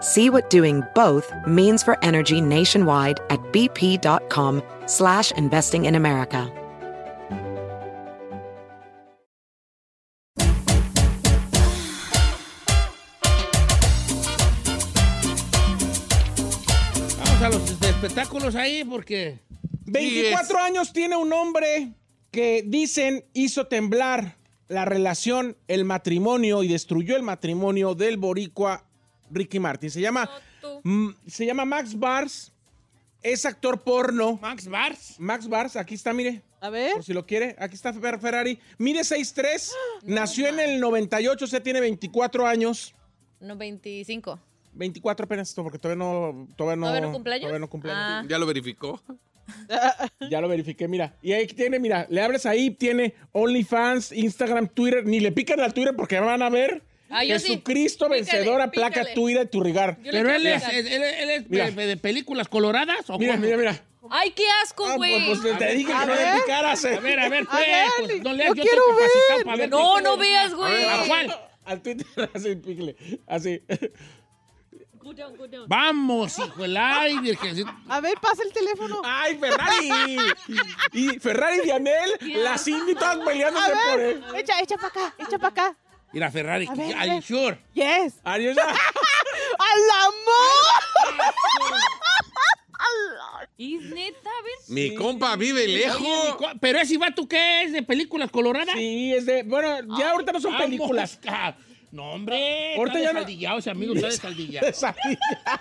See what doing both means for energy nationwide at bp.com slash investing in America. Vamos a los de espectáculos ahí porque 24 años tiene un hombre que dicen hizo temblar la relación, el matrimonio y destruyó el matrimonio del boricua Ricky Martin. Se llama, Mm, se llama Max Bars, es actor porno. Max Bars. Max Bars, aquí está, mire. A ver. Por si lo quiere, aquí está Fer- Ferrari. Mire 6'3, nació en el 98, o sea, tiene 24 años. No, 25. 24 apenas, porque todavía no... ¿Todavía no, ¿Todavía no cumpleaños? Todavía no cumpleaños. Ah. ¿Ya lo verificó? Ya lo verifiqué, mira. Y ahí tiene, mira, le abres ahí, tiene OnlyFans, Instagram, Twitter. Ni le pican al Twitter porque van a ver. Ah, yo sí. Jesucristo Pícale, vencedor aplaca pícale. tu ira y tu rigar. Yo le Pero quiero él es, pegar. él- él- él es Mira. de, de películas coloradas o Mira, cómo? mira, mira. Ay, qué asco, Ah, güey. pues, pues, te dije A que no le ver. picaras. eh. A ver, a ver, Ah, A ver, pues, pues, no leas, yo yo quiero estoy ver. capacitado para ver. no, no veas, güey. ¿A cuál? Al Twitter, así, pícale. Así. Vamos, hijo el ay, virgencito. A ver, pasa el teléfono. ¡Ay, Ferrari! y Ferrari y Dianel, las Cindy, todas peleándose A por ver, él. echa, echa para acá, echa para acá. Mira, Ferrari, A ver, a are you ver. sure? Yes. Adiós ya. ¡Al amor! Y neta, a ver. Mi compa vive Oye, mi lejos. co- Pero ese vato, ¿qué es? ¿De películas coloradas? Sí, es de. Bueno, ya ahorita no son Vamos, películas. ca- No, hombre. Ahorita Ahorita ya está no- desaldillado ese amigo, está desaldillado. Está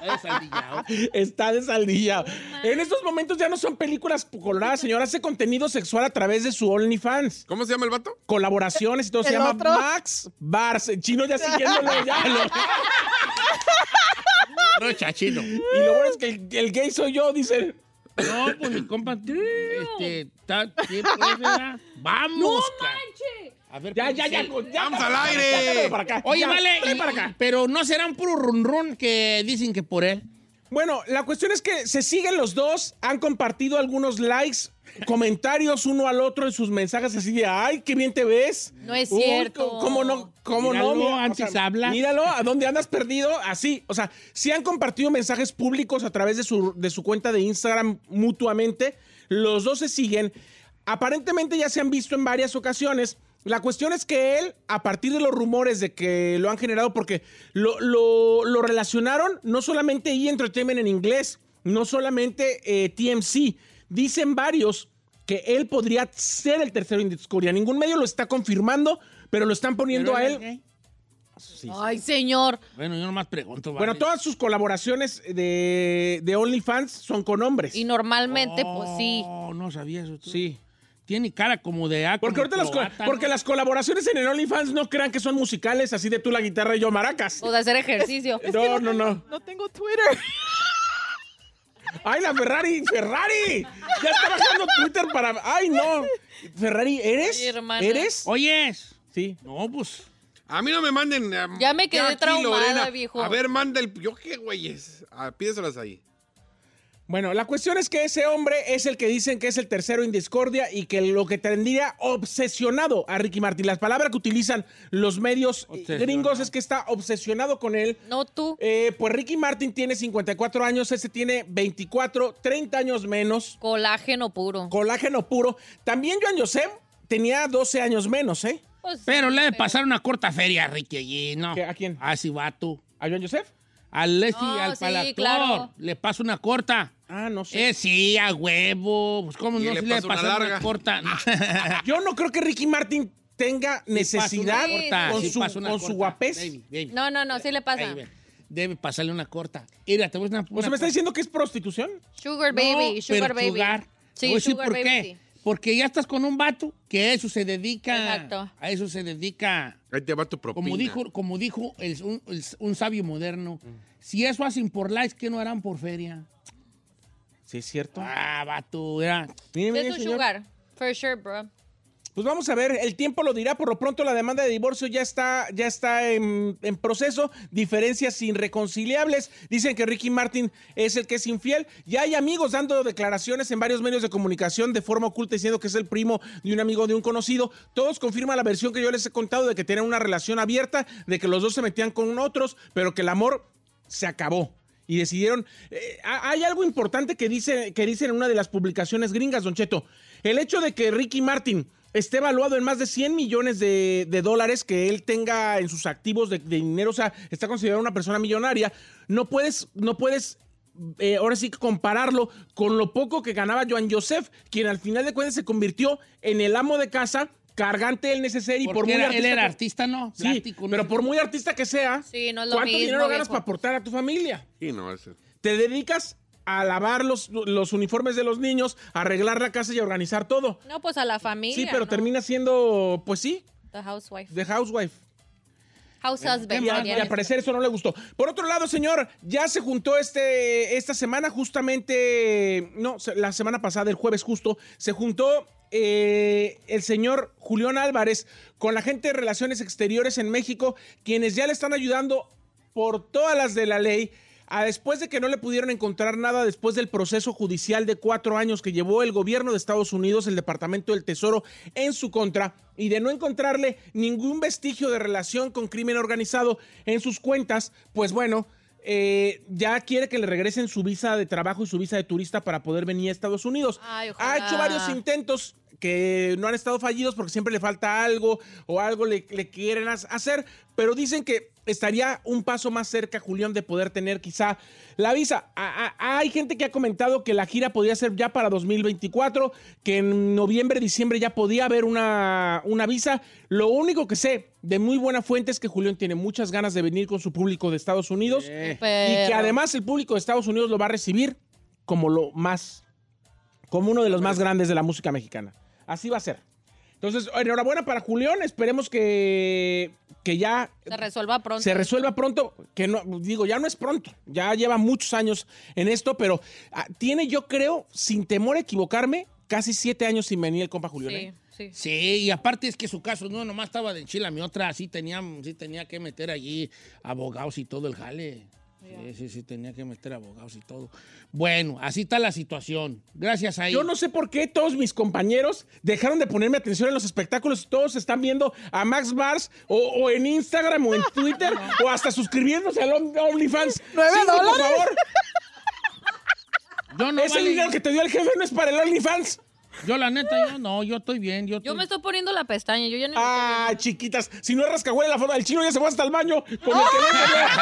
desaldillado. Está desaldillado. En estos momentos ya no son películas coloradas, señora. Hace contenido sexual a través de su OnlyFans. ¿Cómo se llama el vato? Colaboraciones y todo. Se ¿El llama otro? Max Bars. El chino ya siguiéndolo. ya lo- No, chachino. y lo bueno es que el, el gay soy yo, dice. No, pues mi compa. Este, está, sí, pues, ¿verdad? Vamos. ca- A ver, Ya, pues, ya, ya. sí. ya ¡Vamos al aire! para acá. Oye, Ya, vale. trae y- para acá. Pero no será un puro run run que dicen que por él. Bueno, la cuestión es que se siguen los dos, han compartido algunos likes, comentarios uno al otro en sus mensajes así de, ay, qué bien te ves. No es Uy, cierto. co- ¿Cómo no? ¿Cómo Míralo, no? o antes sea, habla. Míralo, ¿a dónde andas perdido? Así, o sea, si han compartido mensajes públicos a través de su, de su cuenta de Instagram mutuamente. Los dos se siguen. Aparentemente ya se han visto en varias ocasiones. La cuestión es que él, a partir de los rumores de que lo han generado, porque lo, lo- lo relacionaron no solamente E! Entertainment en inglés, no solamente eh, TMC, dicen varios que él podría ser el tercero en discordia. Ningún medio lo está confirmando, pero lo están poniendo Pero a él él. es gay. Ay, señor. Bueno, yo nomás pregunto. Bueno, vale. todas sus colaboraciones de, de OnlyFans son con hombres. Y normalmente, pues sí. No, Oh, no sabía eso. tú. Sí. Tiene cara como de ah, Porque como ahorita las, co- croata, porque ¿no? las colaboraciones en el OnlyFans no crean que son musicales, así de tú la guitarra y yo maracas. O de hacer ejercicio. No, no, no. No tengo Twitter. ¡Ay, la Ferrari! ¡Ferrari! Ya está bajando Twitter para. ¡Ay, no! Ferrari, ¿eres? Oye, hermana. ¿Eres? Oyes. Sí. No, pues. A mí no me manden. um, Ya me quedé Jackie, traumada, viejo. A ver, manda el. ¿Yo qué, güeyes? Ah, pídeselas ahí. Bueno, la cuestión es que ese hombre es el que dicen que es el tercero en discordia y que lo que tendría obsesionado a Ricky Martin. Las palabras que utilizan los medios Obsesionado. gringos es que está obsesionado con él. No tú. Eh, pues Ricky Martin tiene 54 años, ese tiene 24, 30 años menos. Colágeno puro. Colágeno puro. También Joan Josep tenía 12 años menos, ¿eh? Pues, Pero le pasaron pasar una corta feria a Ricky allí, ¿no? ¿Qué, a quién? A Sibato. ¿A Joan Josep? Al Leslie, No, al sí, Palactor. claro. Le pasa una corta. Ah, no sé. Eh, sí, a huevo. Pues cómo Y no le se le pasa una pasa una larga. corta. Ah, Yo no creo que Ricky Martin tenga necesidad pasa una corta, con, Sí su, pasa una con su corta. guapez. David, David. No, no, no, sí le Ahí pasa. ven. Debe pasarle una corta. Mira, te voy a una, O sea, una ¿me está diciendo que es prostitución? Sugar No, baby, pero sugar baby. Sugar. Sí, Te voy a decir sugar por baby, qué. sí. Porque ya estás con un vato que a eso se dedica. Exacto. A eso se dedica. Ahí te va tu propina. Como dijo, como dijo el- un, el- un sabio moderno, Mm. si eso hacen por likes, ¿qué no harán por feria? Sí, es cierto. Ah, vato, era. Mire, mire, Es un señor. sugar. For sure, bro. Pues vamos a ver, el tiempo lo dirá. Por lo pronto, la demanda de divorcio ya está, ya está en, en proceso. Diferencias irreconciliables. Dicen que Ricky Martin es el que es infiel. Ya hay amigos dando declaraciones en varios medios de comunicación de forma oculta diciendo que es el primo de un amigo de un conocido. Todos confirman la versión que yo les he contado de que tienen una relación abierta, de que los dos se metían con otros, pero que el amor se acabó. Y decidieron. eh, ha- hay algo importante que dice, que dice en una de las publicaciones gringas, Don Cheto. El hecho de que Ricky Martin esté evaluado en más de 100 millones de, de dólares que él tenga en sus activos de, de dinero, o sea, está considerado una persona millonaria, no puedes, no puedes eh, ahora sí que compararlo con lo poco que ganaba Joan Joseph, quien al final de cuentas se convirtió en el amo de casa, cargante del neceser y por Porque muy era- él era que- artista, ¿no? Sí, Plástico, ¿no? pero por muy artista que sea, Sí, no es lo ¿cuánto mismo, dinero ganas viejo. para aportar a tu familia? Sí, no, ese. Te dedicas a lavar los, los uniformes de los niños, a arreglar la casa y a organizar todo. No, pues a la familia. Sí, pero ¿no? termina siendo, pues sí, The housewife. de housewife. House husband. Y, a- diría y al mi- parecer eso no le gustó. Por otro lado, señor, ya se juntó este, esta semana, justamente, no, se- la semana pasada, el jueves justo, se juntó eh, el señor Julián Álvarez con la gente de Relaciones Exteriores en México, quienes ya le están ayudando por todas las de la ley. A después de que no le pudieron encontrar nada después del proceso judicial de cuatro años que llevó el gobierno de Estados Unidos, el Departamento del Tesoro, en su contra, y de no encontrarle ningún vestigio de relación con crimen organizado en sus cuentas, pues bueno, eh, ya quiere que le regresen su visa de trabajo y su visa de turista para poder venir a Estados Unidos. Ay, ojalá. ha hecho varios intentos que no han estado fallidos porque siempre le falta algo o algo le, le quieren ha- hacer, pero dicen que estaría un paso más cerca, Julián, de poder tener quizá la visa. A- a- hay gente que ha comentado que la gira podría ser ya para 2024, que en noviembre, diciembre ya podía haber una, una visa. Lo único que sé de muy buena fuente es que Julián tiene muchas ganas de venir con su público de Estados Unidos y que Pero- además el público de Estados Unidos lo va a recibir como lo más, como uno de los más grandes de la música mexicana. Así va a ser. Entonces, enhorabuena para Julián. Esperemos que, que ya Se resuelva pronto. se resuelva pronto. Que no, digo, ya no es pronto. Ya lleva muchos años en esto, pero ah, tiene, yo creo, sin temor a equivocarme, casi siete años sin venir el compa Julián. Sí, sí. ¿eh? Sí, y aparte es que su caso no nomás estaba de Chile, mi otra sí tenía, sí tenía que meter allí abogados y todo el jale. Sí, sí, sí, tenía que meter abogados y todo. Bueno, así está la situación. Gracias a Yo ellos. no sé por qué todos mis compañeros dejaron de ponerme atención en los espectáculos y todos están viendo a Max Bars o, o en Instagram o en Twitter o hasta suscribiéndose al Om- OnlyFans. ¿Nueve Cinco, por dólares? favor. Yo no Ese vale- dinero que te dio el jefe no es para el OnlyFans. Yo la neta, yo no, yo estoy bien. Yo, Yo estoy- me estoy poniendo la pestaña. Yo ya no. Ah, chiquitas, si no es rascahuela la foto del chino ya se fue hasta el baño con el que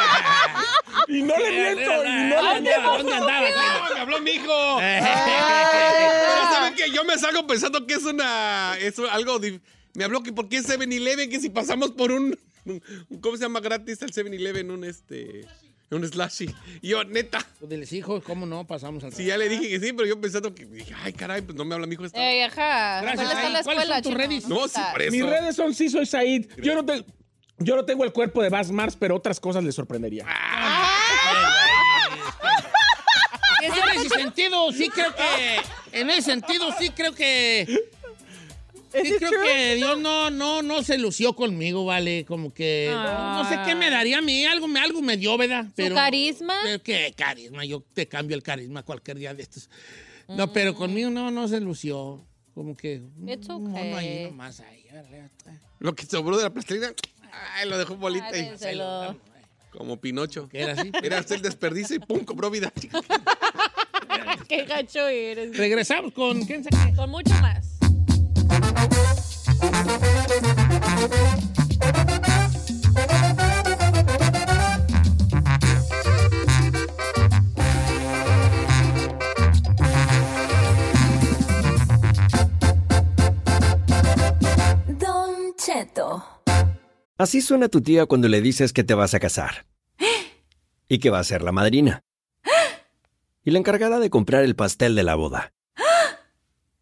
no tenía. Y no le miento, y no le ¿Dónde miento. andaba? ¿Dónde andaba? ¡Ah, me habló mi hijo! Pero saben que yo me salgo pensando que es una. Es algo. dif- Me habló que por qué 7-Eleven, que si pasamos por un. un- ¿Cómo se llama gratis el 7-Eleven? Un este. Un slashy. Y yo, neta. Pues De los hijos, ¿cómo no? Pasamos al Sí, ya le dije que sí, pero yo pensando que. Dije, ay, caray, pues no me habla mi hijo esta. Ey, ajá. Gracias, ¿Cuál está Said. la ¿Cuáles escuela, son tus chino? redes? no, sí, por eso. Mis redes son sí, soy Said. Yo no, te- yo no tengo el cuerpo de Bas Mars, pero otras cosas le sorprendería. En ese sentido, sí creo que. En ese sentido, sí creo que. ¿Es Sí it creo true? que Dios no, no, no se lució conmigo, vale. Como que. No, no sé qué Ah. me daría a mí. Algo, me- algo me dio, ¿verdad? carisma? pero ¿Qué carisma? Yo te cambio el carisma cualquier día de estos. No, pero Mm. conmigo no, no se lució. Como que. It's un mono ahí okay. nomás ahí. ¿verdad? Lo que sobró de la plastilina. Ay, lo dejó en bolita. Ay, y- dénselo. como Pinocho. Que era así. Era hacer desperdicio y pum, cobró vida. Qué gacho eres. Regresamos pues, con. ¿quién sabe qué? Con mucho más. Nieto. Así suena tu tía cuando le dices que te vas a casar. Y que va a ser la madrina. Y la encargada de comprar el pastel de la boda.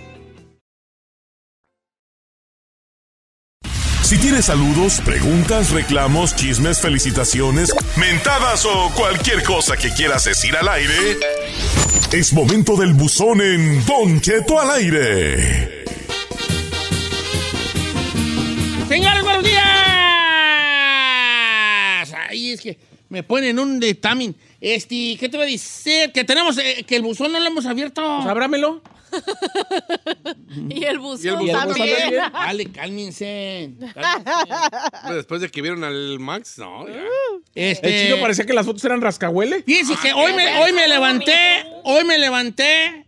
Si tienes saludos, preguntas, reclamos, chismes, felicitaciones, mentadas o cualquier cosa que quieras decir al aire, es momento del buzón en Don Cheto al aire. Señores, buenos días. Ay, es que me ponen un dictamen. Este, ¿qué te voy a decir? Que tenemos, eh, que el buzón no lo hemos abierto. Pues ábramelo. Y el buzón, Y el buzón también. también. Vale, cálmense. Hombre, Después de que vieron al Max, no. ya. El Este, chino parecía que las fotos eran rascahuele. Fíjense que hoy me, hoy me levanté, hoy me levanté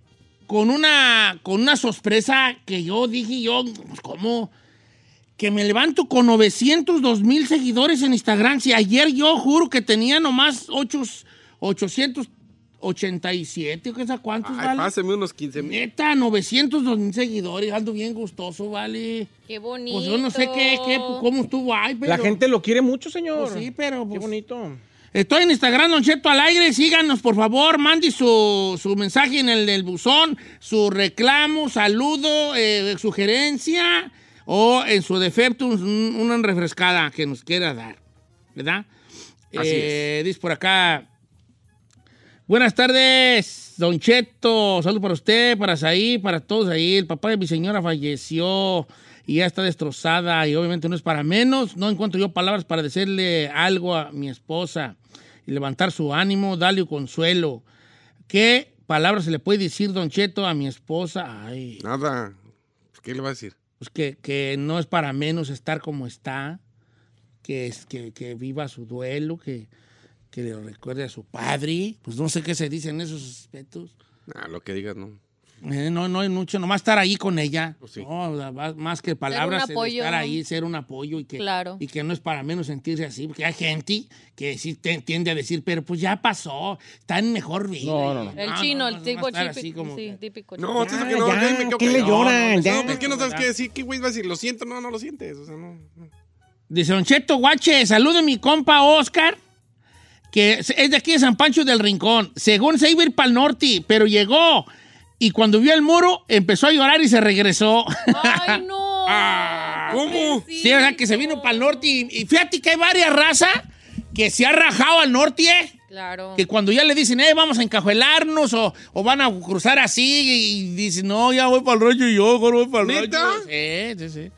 con una, con una sorpresa que yo dije yo, pues, ¿cómo? Que me levanto con 902 mil seguidores en Instagram. Si ayer yo juro que tenía nomás ocho- 887, ¿qué sé cuántos, Ay, vale? páseme unos 15 mil. Neta, 902 mil seguidores, ando bien gustoso, vale. Qué bonito. Pues yo no sé qué, qué, cómo estuvo ahí, pero... La gente lo quiere mucho, señor. Pues sí, pero... Qué pues, bonito. Estoy en Instagram, Don Cheto al aire. Síganos, por favor. Mande su, su mensaje en el del buzón, su reclamo, saludo, eh, sugerencia o en su defecto un- una refrescada que nos quiera dar. ¿Verdad? Así Eh, Dice por acá. Buenas tardes, Don Cheto. Saludos para usted, para Saí, para todos ahí. El papá de mi señora falleció y ya está destrozada y obviamente no es para menos. No encuentro yo palabras para decirle algo a mi esposa y levantar su ánimo, darle consuelo. ¿Qué palabras se le puede decir, Don Cheto, a mi esposa? Ay, Nada. ¿Qué le va a decir? pues que, que no es para menos estar como está, que, es, que, que viva su duelo, que, que le recuerde a su padre. Pues no sé qué se dicen esos aspectos. Ah, lo que digas, no. Eh, no, no hay mucho, nomás estar ahí con ella. Pues sí. No, o sea, más- más que palabras, el apoyo, estar ¿no? ahí, ser un apoyo y que, Claro. y que no es para menos sentirse así, porque hay gente que sí te- tiende a decir, pero pues ya pasó, está en mejor vida. No, no, no. Ah, El chino, el tipo tipo típico. Sí, típico. No, Ya, siento que no. ya, ya me quedo ¿qué le callado. lloran? No, Ya. no, pues que no sabes qué decir. ¿Qué güey va a decir? Lo siento, no, no lo sientes. O sea, no. no. Dice Don Cheto Guache, saludo a mi compa Oscar, que es de aquí de San Pancho del Rincón. Según se iba a ir para el norte, pero llegó. Y cuando vio el muro, empezó a llorar y se regresó. Ay, no. ¿Cómo? Sí, o sea, que se vino para el norte. Y, y fíjate que hay varias razas que se ha rajado al norte, ¿eh? Claro. Que cuando ya le dicen, eh, vamos a encajuelarnos o, o van a cruzar así, y dicen, no, ya voy para el rollo y yo, güey, voy para el ¿Neta? rollo. Sí, sí, sí.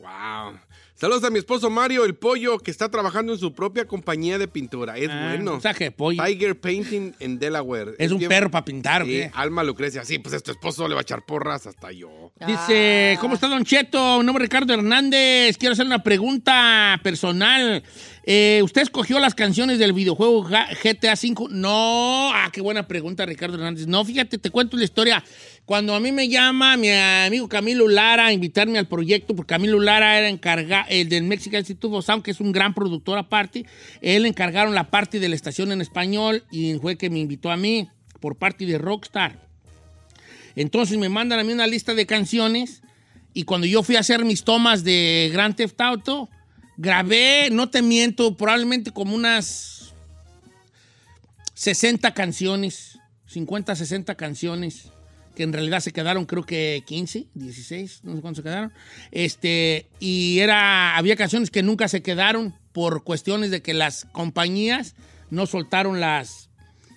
Wow. Saludos a mi esposo Mario, el pollo, que está trabajando en su propia compañía de pintura. Es Ah, bueno. o sea, que pollo. Tiger Painting en Delaware. Es un bien- perro para pintar, ¿o Sí, qué? Alma Lucrecia. Sí, pues es tu esposo, le va a echar porras hasta yo. Dice, ¿cómo está Don Cheto? Mi nombre es Ricardo Hernández. Quiero hacer una pregunta personal. Eh, ¿Usted escogió las canciones del videojuego Ga- GTA V? No. Ah, qué buena pregunta, Ricardo Hernández. No, fíjate, te cuento la historia. Cuando a mí me llama mi amigo Camilo Lara a invitarme al proyecto, porque Camilo Lara era encargado, el del Mexican Institute of Sound, que es un gran productor aparte, él encargaron la parte de la estación en español y fue que me invitó a mí por parte de Rockstar. Entonces me mandan a mí una lista de canciones y cuando yo fui a hacer mis tomas de Grand Theft Auto, grabé, no te miento, probablemente como unas 60 canciones, 50, 60 canciones, que en realidad se quedaron creo que 15, 16, no sé cuántos se quedaron. Este, y era había canciones que nunca se quedaron por cuestiones de que las compañías no soltaron las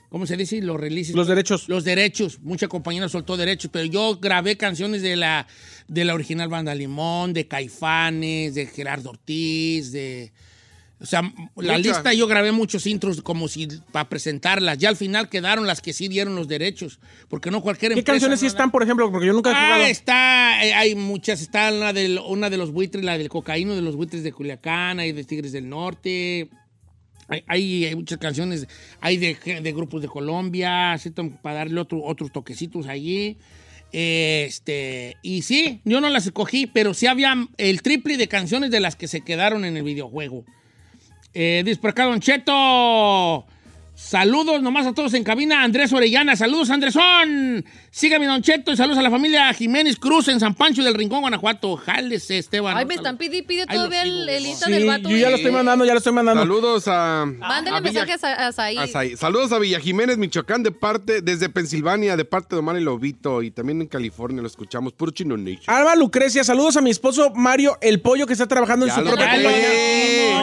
¿Cómo se dice? Los releases. Los derechos. Los derechos. Mucha compañía no soltó derechos, pero yo grabé canciones de la, de la original Banda Limón, de Caifanes, de Gerardo Ortiz, de... O sea, Mucha. la lista yo grabé muchos intros como si para presentarlas. Ya al final quedaron las que sí dieron los derechos, porque no cualquier ¿Qué empresa... canciones sí no la- están, por ejemplo? Porque yo nunca he jugado. Ah, está, eh, hay muchas. Está una de, una de los buitres, la del cocaíno de los buitres de Culiacán, hay de Tigres del Norte. Hay, hay- hay muchas canciones, hay de, de grupos de Colombia, así tam- para darle otro- otros toquecitos allí. Este, y sí, yo no las escogí, pero sí había el triple de canciones de las que se quedaron en el videojuego. Eh, dice por acá, Don Cheto. Saludos nomás a todos en cabina. Andrés Orellana, saludos Andresón. Sígame, Don Cheto, y saludos a la familia Jiménez Cruz en San Pancho del Rincón, Guanajuato. Jales, Esteban. Ay, me están pidi, pide Ahí lo todavía sigo, el, el güey. Insta Sí, del vato. yo ya güey. lo estoy mandando, ya lo estoy mandando. Saludos a. Mándale a Villa- mensajes a, a Saí. a Saí. Saludos a Villa Jiménez, Michoacán, de parte, desde Pensilvania, de parte de Omar y Lobito. Y también en California lo escuchamos. Puro chino Ah, nation. Alma Lucrecia, saludos a mi esposo Mario El Pollo, que está trabajando en Ya su lo propia ves, Ah,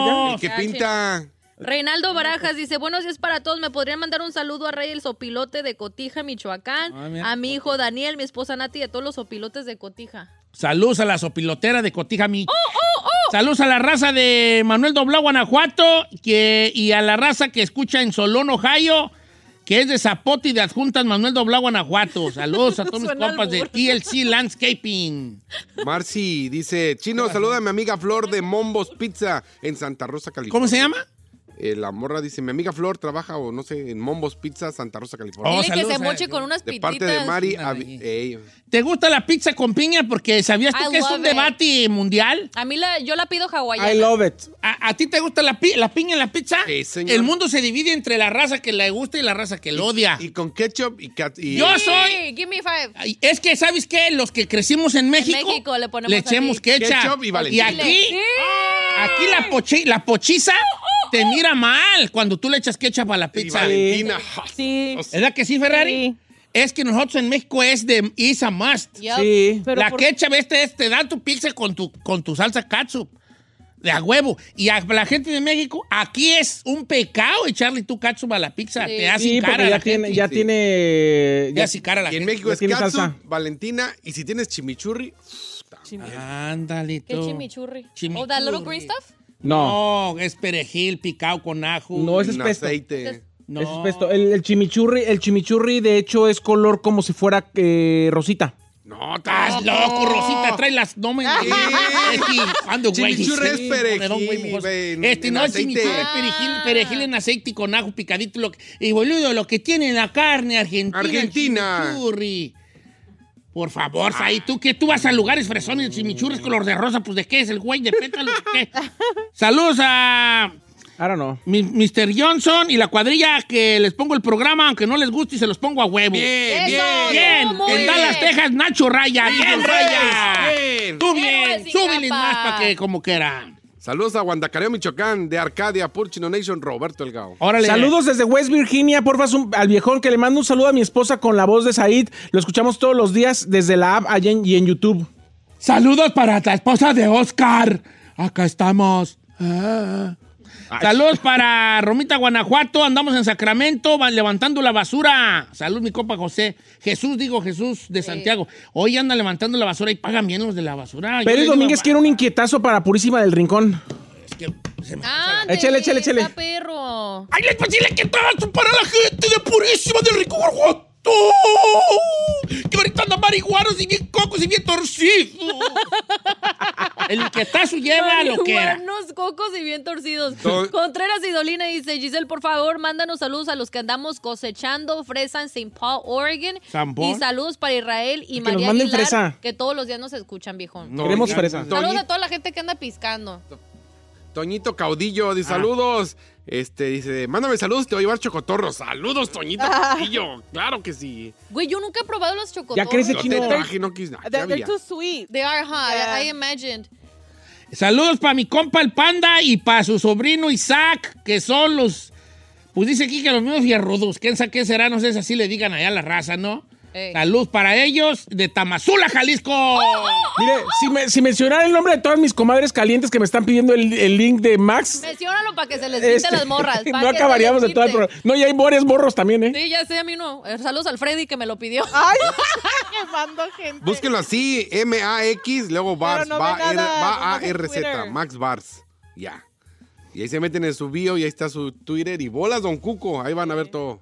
compañía. no. el que Ya, pinta. Reinaldo Barajas dice, buenos días para todos. ¿Me podrían mandar un saludo a Rey el Sopilote de Cotija, Michoacán? Ah, mira. a mi hijo Daniel, mi esposa Nati, y a todos los Sopilotes de Cotija. Saludos a la sopilotera de Cotija Oh, Mi. Saludos a la raza de Manuel Doblá, Guanajuato, que, y a la raza que escucha en Solón, Ohio, que es de Zapote y de Adjuntas Manuel Doblá, Guanajuato. Saludos a todos mis Suena compas de albur. TLC Landscaping. Marci dice: Chino, saluda a mi amiga Flor de Mombos Pizza en Santa Rosa, California. ¿Cómo se llama? Eh, la morra dice: Mi amiga Flor trabaja, o no sé, en Mombos Pizza, Santa Rosa, California. Oh, Dile que saludos se a- moche con unas de pititas. parte de Mari. Mira, Avi- ahí. Ey. ¿Te gusta la pizza con piña? Porque ¿sabías tú I que es un love it. debate mundial? A mí la, yo la pido hawaiana. I love it. ¿A, a ti te gusta la, pi- la piña en la pizza? Sí, señor. El mundo se divide entre la raza que la gusta y la raza que la odia. Y con ketchup y. cat- y- Yo Sí, soy- Give me five. Ay, Es que, ¿sabes qué? Los que crecimos en México, México le ponemos echemos así. ketchup. Ketchup y y Valentina. aquí, Sí. aquí la, pochi- la pochiza Oh, te mira mal cuando tú le echas ketchup a la y pizza. ¿Es Valentina. Sí. ¿Verdad que sí, Ferrari? Sí. Es que nosotros en México es de is a must. Yup. Sí. Pero la por- ketchup este es, te da tu pizza con tu, con tu salsa katsup. De a huevo. Y a la gente de México, aquí es un pecado echarle tu katsup a la pizza. Sí. Te hace Sí, cara porque a la ya tiene, gente. ya Sí. tiene. Te ya- hace cara a la Y en gente. México Ya es tiene catsup, salsa. Valentina. Y si tienes chimichurri, Ándale, ¿Qué tú. chimichurri? Chimichurri. ¿O that little green stuff? No. No, es perejil picado con ajo. No, ese es en pesto. aceite. No. Ese es pesto. El, el chimichurri, el chimichurri, de hecho, es color como si fuera eh, rosita. No, Estás loco, Rosita, trae las. No me. Este, ando, güey. Chimichurri es Sí, perejil, perdón, güey, mojoso. güey, en- Este en no es aceite. chimichurri, es perejil, perejil en aceite y con ajo picadito. lo que- y boludo, lo que tiene la carne argentina. el Argentina. Chimichurri. Por favor, Saí, tú que tú vas a lugares fresones, chimichurri es color de rosa, pues de qué es el güey, de pétalo, ¿qué? Saludos a. Ahora no. Mi- Mr. Johnson y la cuadrilla que les pongo el programa, aunque no les guste y se los pongo a huevo. Bien, Eso, Bien, ¿cómo en es? Dallas, Texas, Nacho Raya. Bien, Raya. Bien. Tú bien, Héroes sin súbele capa. más para que como quiera. Saludos a Guandacareo, Michoacán, de Arcadia, Purchino Nation, Roberto Elgao. Órale. Saludos desde West Virginia, porfa, un- al viejón que le mando un saludo a mi esposa con la voz de Said. Lo escuchamos todos los días desde la app allá en- y en YouTube. Saludos para la esposa de Oscar. Acá estamos. Ah. Saludos para Romita, Guanajuato. Andamos en Sacramento va- levantando la basura. Salud, mi copa José. Jesús, digo Jesús de Santiago. Hoy anda levantando la basura y pagan bien los de la basura. Ah, Yo Pero le digo, Domínguez quiere un inquietazo para Purísima del Rincón. Ándele, Échale, échale, échale. está Ah, perro. ¡Ay, les decirle que trabajo para la gente de Purísima del Rico Guanajuato! Que ahorita andan marihuanos y bien cocos y bien torcidos. El que está su lleva lo que era. Marihuanos, cocos y bien torcidos. Todo- Contreras y Dolina dice, Giselle, por favor, mándanos saludos a los que andamos cosechando fresa en St. Paul, Oregon. San Paul. Y saludos para Israel y nos María manden Aguilar, fresa. que todos los días nos escuchan, viejo. No, Queremos ya, fresa. Toñi- Saludos a toda la gente que anda piscando. Toñito Caudillo, dice Ah. saludos. Este, dice, mándame saludos, te voy a llevar chocotorros. Saludos, Toñito Caudillo. Claro que sí. Güey, yo nunca he probado los chocotorros. Ya crece, Yo te chino. traje, no quis- ya They're- they're había. too sweet. They are, huh? I imagined. Saludos para mi compa el panda y para su sobrino Isaac, que son los. Pues dice aquí que los mismos fierrudos. ¿Quién sabe qué será? No sé si así le digan allá a la raza, ¿no? Ey. Salud para ellos de Tamazula, Jalisco. Mire, si, me, si mencionara el nombre de todas mis comadres calientes que me están pidiendo el, el link de Max. Menciónalo para que se les quiten este, las morras. pa' No que se acabaríamos les de todo el quite. programa. No, y hay varios morros también, ¿eh? Sí, ya sé, a mí no. Eh, Saludos al Freddy que me lo pidió. Ay, quemando gente. Búsquenlo así, M-A-X, luego Bars, no ve va, nada, R- va no a ve R Z, Twitter. Max Bars. Ya. Y ahí se meten en su bio y ahí está su Twitter y bolas, don Cuco. Ahí van a ver todo.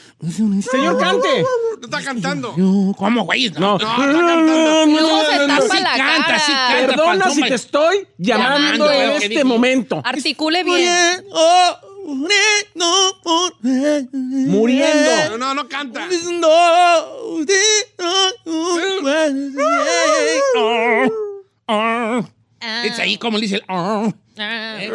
Señor, cante. No está cantando. ¿Cómo, güey? no, No, no, no, no, no, no, se tapa Sí la canta, cara. sí canta, Perdona panzón, si pa- te estoy llamando Llamando, en lo que este dije. momento. Articule bien. Muriendo. Ah. No, no, no canta. Ah. Es ahí como le dice el... Oh. ah. Ah. Eh,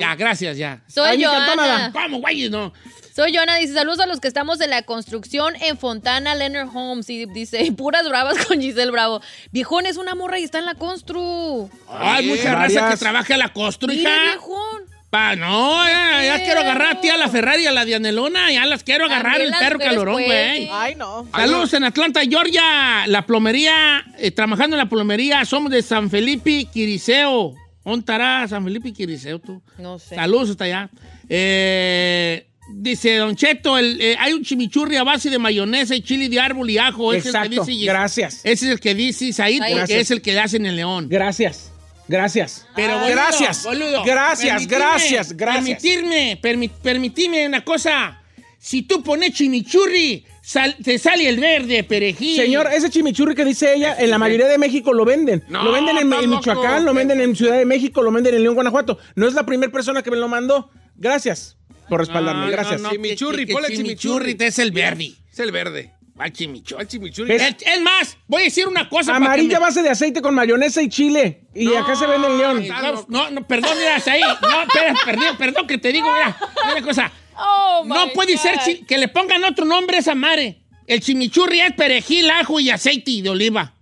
Ya, gracias, ya. Soy Ahí ni cantó Joana. nada. ¿Cómo, güey? No. Soy Joana, dice saludos a los que estamos en la construcción en Fontana Leonard Holmes. Y dice, puras bravas con Giselle Bravo. Viejón es una morra y está en la constru. Hay mucha raza que trabaja en la construcción. Mira, viejón. Pa, no, ya, ya Qué quiero agarrar a ti a la Ferrari, a la Dianelona, ya las quiero agarrar También el las perro mujeres calorón, pueden. güey. Ay, no. Saludos en Atlanta, Georgia. La plomería, eh, trabajando en la plomería, somos de San Felipe Quiriseo. ¿Dónde estará San Felipe Quiriseo tú? No sé. Saludos hasta allá. Eh, dice Don Cheto, el, eh, hay un chimichurri a base de mayonesa y chili de árbol y ajo. Ese es Exacto, el que dice, gracias. Ese es el que dice Said, Said. porque Gracias. es el que hacen en León. Gracias. Gracias. Pero boludo, gracias. Ah, boludo, gracias, permitirme, gracias, gracias. Permitirme, permi- permitirme una cosa. Si tú pones chimichurri, sal- te sale el verde, perejil. Señor, ese chimichurri que dice ella, en la mayoría de México lo venden. No, lo venden en, estás en Michoacán, loco. lo venden en Ciudad de México, lo venden en León, Guanajuato. No es la primera persona que me lo mandó. Gracias por respaldarme. gracias. chimichurri, ponle chimichurri. chimichurri. te Es el verde. Es el verde. Al chimichurri. chimichurri. Es, es más, voy a decir una cosa. para que Amarilla me- base de aceite con mayonesa y chile. Y acá se vende en León. No, no, no, perdón, mira, ahí. No, espera, perdón, perdón que te digo, mira, mira una cosa. Oh, my no puede God. ser chi- que le pongan otro nombre a esa madre. El chimichurri es perejil, ajo y aceite de oliva.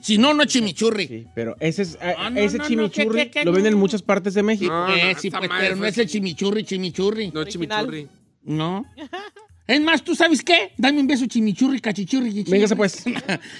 Si no, no es chimichurri. Pero ese, es, Ah, no, ese no, no, chimichurri ¿qué, qué, qué? lo venden en muchas partes de México. Ah, Eh, sí, pues, pero no es el chimichurri, chimichurri. No, chimichurri. No. Es más, ¿tú sabes qué? Dame un beso chimichurri, cachichurri. chichurri. Véngase, pues.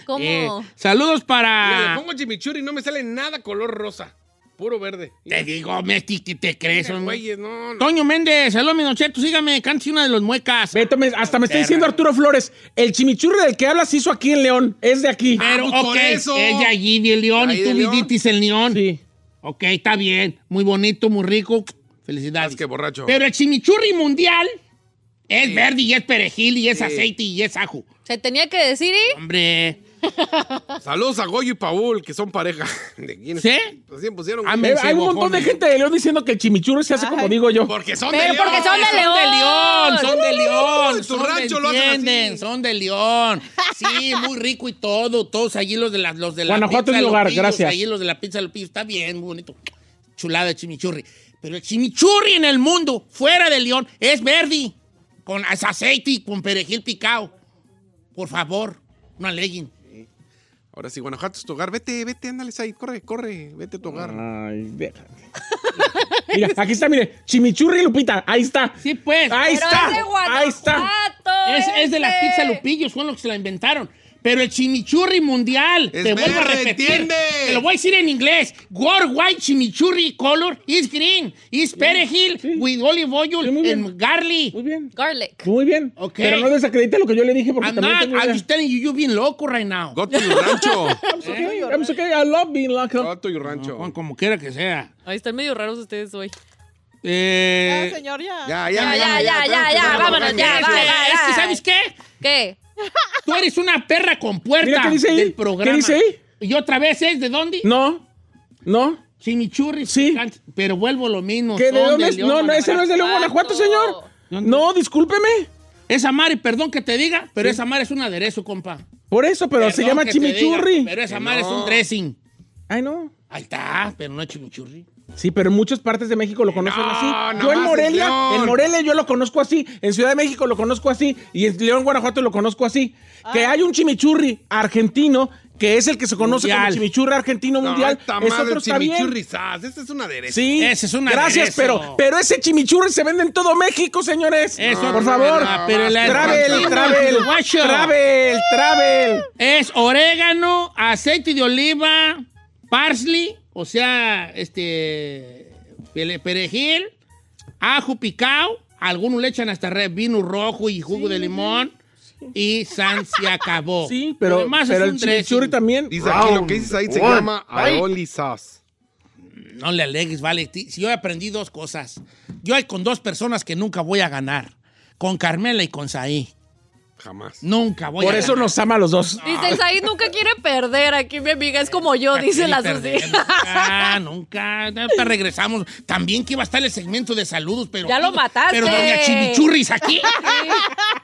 ¿Cómo? Eh, saludos Mira, para... le pongo chimichurri y no me sale nada color rosa. Puro verde. Te digo, Mesti, que te crees. hombre. Güeyes, no, no. Toño Méndez, saludos, mi nocheto, sígame, cante una de los muecas. Beto, me- hasta me está diciendo Arturo Flores, el chimichurri del que hablas hizo aquí en León, es de aquí. Pero, ok, es de allí, de León, Ahí y de tú León. visitas el León. Sí. Ok, está bien, muy bonito, muy rico, felicidades. Es que borracho. Pero el chimichurri mundial es verde y es perejil y es Sí. aceite y es ajo. Se tenía que decir, ¿eh? ¿y? Hombre, Saludos a Goyo y Paul, que son pareja. ¿De quién? ¿Sí? Recién pusieron. Ah, me- Hay un montón de gente de León diciendo que el chimichurri se hace como digo yo. Porque son de Pero León. porque son de Son de León, son de León. En tu son de- rancho lo hacen entienden, Son de León. Sí, muy rico y todo. Todos allí los de, las los de la Guanajuato pizza. es mi hogar, Lopillos, gracias. Allí los de la pizza, los pillos. Está bien, muy bonito. Chulada de chimichurri. Pero el chimichurri en el mundo, fuera de León, es verde. Con as- aceite y con perejil picado. Por favor, una legend. Ahora sí, Guanajuato es tu hogar. Vete, vete, ándales ahí. Corre, corre. Vete a tu hogar. Ay, déjame. Mira, aquí está, mire. Chimichurri Lupita. Ahí está. Sí, pues. Ahí Pero está. es de Guanajuato, Ahí está. Es, es de las este. pizza Lupillos, son los que se la inventaron. Pero el chimichurri mundial, Es te vuelvo a verde, repetir. entiende. Te lo voy a decir en inglés. Worldwide chimichurri color is green, is perejil with olive oil Sí, muy bien. and garlic. Muy bien. Garlic. Muy bien. Ok. Pero no desacredite lo que yo le dije porque I'm también not, tengo I'm idea. just telling you, you're being loco right now. Go to your rancho. I'm okay, I'm okay, I love being local. Go to your rancho. Juan, como quiera que sea. Ahí están medio raros ustedes hoy. Eh, Ya, señor, ya. Ya, ya, Ya, ya, ya, ya, ya, vámonos, ya, es que- bye, es que, bye, bye. ¿sabes qué? ¿Qué? Tú eres una perra con puerta Mira, ¿qué dice ahí? del programa. ¿Qué dice ahí? Y otra vez es, ¿de dónde? No, no. Chimichurri. Sí. picante, Pero vuelvo lo mismo. ¿Qué, son ¿De dónde de es? León, No, no, ese no es de León, Guanajuato, Guanajuato. señor. ¿Dónde? No, discúlpeme. Esa Mari, perdón que te diga, pero esa Mari es un aderezo, compa. Por eso, pero se Perdón llama que te diga, chimichurri. pero esa Que Mari es no. un dressing. Ay, no. Ahí está, pero no es chimichurri. Sí, pero en muchas partes de México Eh, lo conocen No, así. nada Yo en más en Morelia, León. en Morelia yo lo conozco así, en Ciudad de México lo conozco así y en León, Guanajuato lo conozco así. Que hay un chimichurri argentino que es el que se conoce Mundial. como chimichurri argentino mundial. Esta Es madre, otro el está bien. chimichurri sas. Este es un aderezo. Sí. Ese es un Gracias, aderezo. pero, pero ese chimichurri se vende en todo México, señores. Eso Por no, favor. no, pero el Travel, argentino, travel, guacho. travel, travel. Es orégano, aceite de oliva, parsley, o sea, este pele- perejil, ajo picado, algunos le echan hasta re- vino rojo y jugo de limón y san se acabó. Sí, pero, Lo demás es pero un el chimichurri dressing. también. Dice aquí lo que dices ahí se llama aioli sas. No le alegues, vale. Ti- Si yo aprendí dos cosas. Yo hay con dos personas que nunca voy a ganar. Con Carmela y con Saí. Jamás. Nunca voy Por a eso ganar. nos ama a los dos. Dice, Said nunca quiere perder. Aquí mi amiga es como yo, dice la Susi. Perder, Nunca, Ah, nunca. Ahorita regresamos. También que iba a estar el segmento de saludos, pero. Ya lo mataste. Pero doña Chimichurris aquí.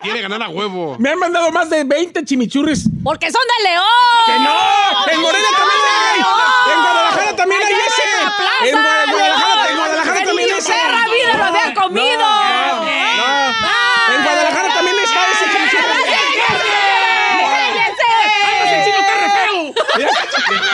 Quiere ganar a huevo. Me han mandado más de 20 chimichurris. Porque son de León. ¡Que no! ¡En Morelia también hay! ¡En Guadalajara también hay Allá ese! en la plaza, ¡En Guadalajara, León. en Guadalajara ¡En también mi ese! perra vida lo había comido! No, no, no. ¡En Guadalajara también está ese chimichurri! ¡Ese chino está re feo!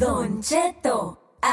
Don Cheto,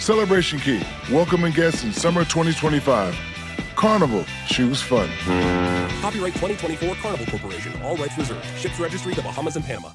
Celebration Key, welcoming guests in summer 2025. Carnival, choose fun. Copyright 2024 Carnival Corporation. All rights reserved. Ships registry the Bahamas and Panama.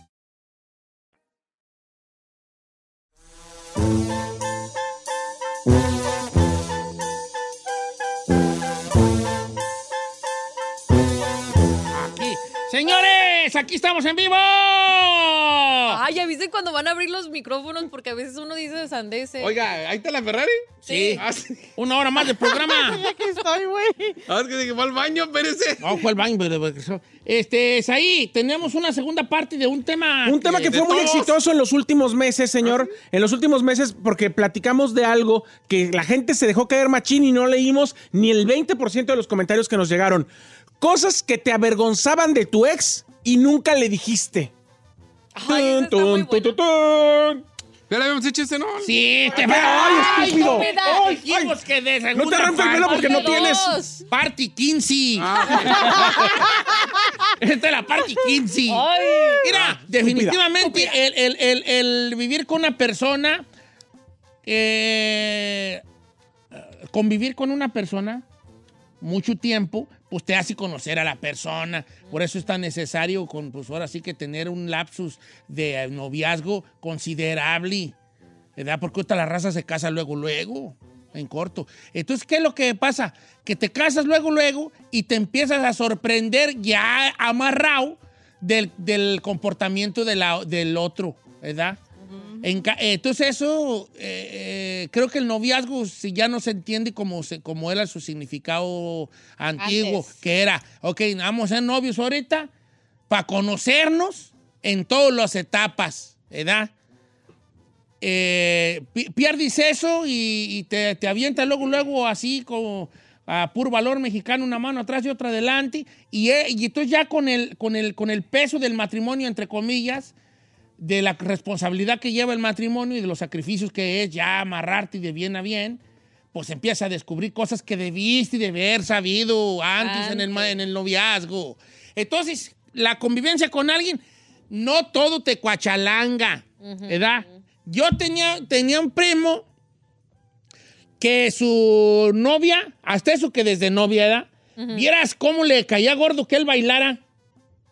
Aquí. Señores, aquí estamos en vivo. Ay, avisen cuando van a abrir los micrófonos porque a veces uno dice sandeces. Oiga, ahí está la Ferrari. Sí. Ah, sí. Una hora más de programa. Aquí estoy, güey. Ah, es que dije, va al baño, espérese. No, fue el baño, pero regresó. Este, es ahí. Tenemos una segunda parte de un tema. Un tema que de fue muy todos. exitoso en los últimos meses, señor. En los últimos meses, porque platicamos de algo que la gente se dejó caer machín y no leímos ni el 20% de los comentarios que nos llegaron. Cosas que te avergonzaban de tu ex y nunca le dijiste. Ay, esa está muy Tun, tun, buena. tun, tun. ¿Ya le habíamos hecho ese, no? Sí, te va. ¡Ay, estúpido! Ay, ¡Ay, dijimos que de No te segunda rompe el pelo parte. porque no tienes. Party 15. Ah. Esta es la parte 15. Mira, definitivamente el, el- el- el vivir con una persona, eh, convivir con una persona mucho tiempo, pues te hace conocer a la persona. Por eso es tan necesario, con, pues ahora sí que tener un lapsus de eh, noviazgo considerable. ¿verdad? Porque ahorita la raza se casa luego, luego, en corto. Entonces, ¿qué es lo que pasa? Que te casas luego, luego y te empiezas a sorprender ya amarrado del, del comportamiento de la- del otro, ¿verdad? En ca- eh, entonces eso, eh, eh, creo que el noviazgo si ya no se entiende como, se- como era su significado antiguo, Antes. que era, ok, vamos a ser novios ahorita para conocernos en todas las etapas, ¿verdad? eh, pi- pierdes eso y, y te, te avientas luego, luego así como a puro valor mexicano, una mano atrás y otra adelante. Y, eh, y entonces ya con el, con, el, con el peso del matrimonio, entre comillas, de la responsabilidad que lleva el matrimonio y de los sacrificios que es ya amarrarte de bien a bien, pues empiezas a descubrir cosas que debiste de haber sabido antes, En, el, ma- en el noviazgo. Entonces, la convivencia con alguien, no todo te cuachalanga, Ujú. ¿verdad? Yo tenía, tenía un primo que su novia, hasta eso que desde novia era, Ujú. vieras cómo le caía gordo que él bailara,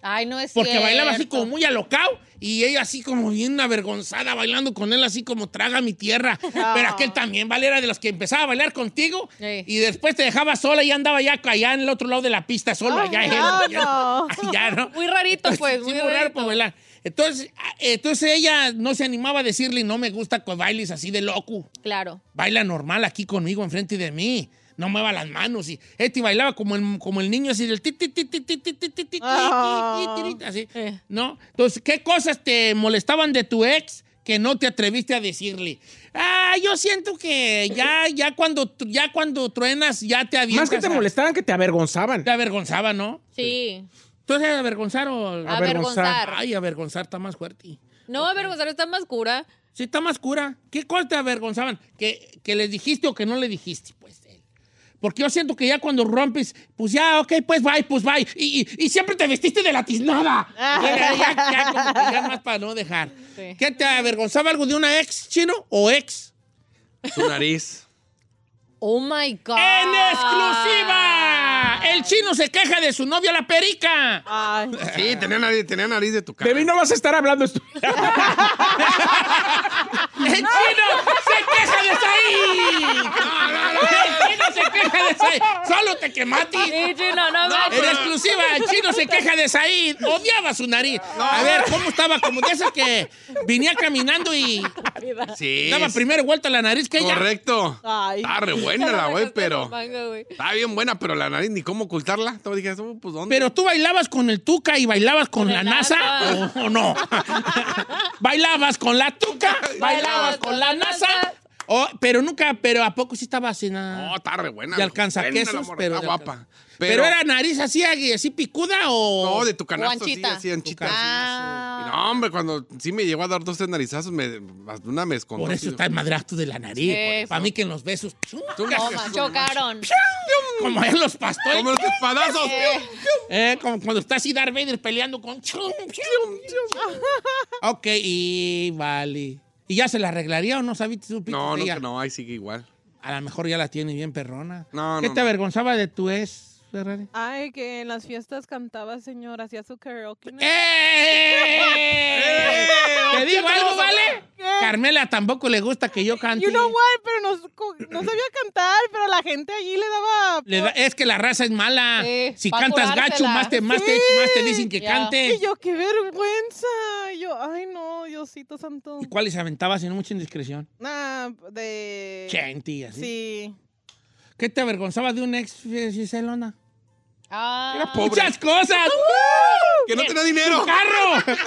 Ay, no es porque bailaba así cierto. como muy alocado y ella así como bien avergonzada bailando con él así como traga mi tierra, pero aquel también, ¿vale? Era de los que empezaba a bailar contigo Sí. y después te dejaba sola y andaba ya allá en el otro lado de la pista solo, Ay, allá, él, no, allá, no. así ya, ¿no? Muy rarito, pues, Sí, muy muy raro rarito. para bailar. Entonces, ah, entonces ella no se animaba a decirle, no me gusta que bailes así de loco. Claro. Baila normal aquí conmigo, enfrente de mí. No mueva las manos. Y este bailaba como el, como el niño así del ti, ti, ti, ti, ti, ti, ti, ti, ti, ti, ti, ti, así. ¿No? Entonces, ¿qué cosas te molestaban de tu ex que no te atreviste a decirle? Ah, yo siento que ya, ya cuando ya cuando truenas, ya te avientas. Más que te a- molestaban, que te avergonzaban. Te avergonzaban, ¿no? Sí. Entonces, avergonzar o. Avergonzar. Ay, avergonzar está más fuerte. No, avergonzar está más cura. Sí, está más cura. ¿Qué cosa te avergonzaban? ¿Que, que les dijiste o que no le dijiste? Pues él. Porque yo siento que ya cuando rompes, pues ya, ok, pues bye, pues bye. Y, y- y siempre te vestiste de la tiznada. ya, ya, ya, como que ya más para no dejar. Ah. Sí. ¿Qué te avergonzaba algo de una ex chino o ex? Su nariz. Oh my God. ¡En exclusiva! El chino se queja de su novia la perica. Sí, tenía nariz, tenía nariz de tu cara. De mí no vas a estar hablando esto. ¡El chino se queja de Saí! ¡El chino se queja de Saí! ¡Solo te quemaste! Sí, chino, no manches. En exclusiva, el chino se queja de Saí. Odiaba su nariz. A ver, ¿cómo estaba? Como de esas que venía caminando y Sí. daba primero vuelta la nariz que ella. Correcto. Ay. Está re buena la güey, pero. Manga, güey. Está bien buena, pero la nariz ni cómo ocultarla. Todo dije, "Oh, pues ¿dónde? Pero tú bailabas con el tuca y bailabas con, la el NASA, NASA. ¿o, o no? bailabas con la tuca, bailabas con la NASA. Oh, pero nunca, pero ¿a poco sí estaba así nada? No, está re buena. De alcanza Buena la quesos, morra, pero Está de guapa. Pero, era nariz así, así picuda o. No, de tu canasto, sí, anchita. así anchita. Ah. Y No, hombre, cuando sí me llegó a dar dos, tres narizazos, me, una me escondió. Por eso está el madrasto de la nariz. Sí. Para mí que en los besos. chunga, Toma, chocaron. Como en los pastores. Como los espadazos. Eh, como cuando está así Darth Vader peleando con. ok, y vale. ¿Y ya se la arreglaría o no sabiste su No, no, no, ahí sigue igual. A lo mejor ya la tiene bien perrona. No, ¿Qué no, te no. avergonzaba de tu ex, Eh. Ferrari? Ay, que en las fiestas cantaba, señor, hacía su karaoke. ¿no? ¡Eh! ¿Te digo algo, vale? ¿Qué? Carmela tampoco le gusta que yo cante. You know what, pero no, co- no sabía cantar, pero la gente allí le daba... Le da- es que la raza es mala. Sí, Ah, si pa' cantas gacho, curársela. más te, más, te, Eh, Sí. más te dicen que Ya. cante. Y yo, qué vergüenza. Y yo, ay, no, Diosito Santo. ¿Y cuáles aventabas sin mucha indiscreción? Nah, de... Chenti, así. Sí. ¿Qué te avergonzaba de un ex, eh, Giselona? Ah. Era pobre. ¡Muchas cosas! Que no tenía ¡Su dinero. carro!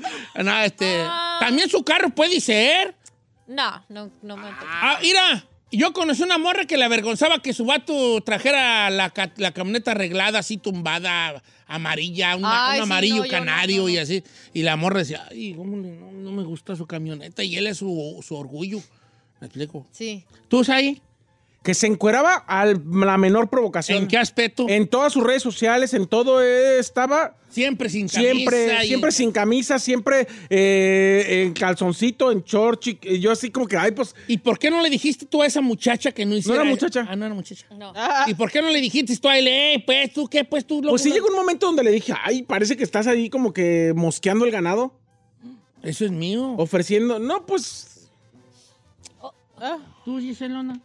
no, este. También su carro puede ser. No, no, no me Ah, mira. Yo conocí una morra que le avergonzaba que su vato trajera la, ca- la camioneta arreglada, así tumbada, amarilla, una- Ay, un sí, amarillo no, yo no, canario no, no. y así. Y la morra decía, ay, ¿cómo le- no, no me gusta su camioneta. Y él es su, su orgullo. ¿Me explico? Sí. ¿Tú, ahí? Que se encueraba a la menor provocación. ¿En qué aspecto? En todas sus redes sociales, en todo eh, estaba. Siempre sin Siempre, camisa y- siempre sin camisa, siempre eh, en calzoncito, en short. chi- y Yo así como que, ay, pues. ¿Y por qué no le dijiste tú a esa muchacha que no hiciera No era eso? muchacha. Ah, no era muchacha. No. ¿Y por qué no le dijiste esto a él? Eh, pues tú, ¿qué? Pues tú, Pues sí llegó un momento donde le dije, ay, parece que estás ahí como que mosqueando el ganado. Eso es mío. Ofreciendo. No, pues. ¿Tú, Giselona?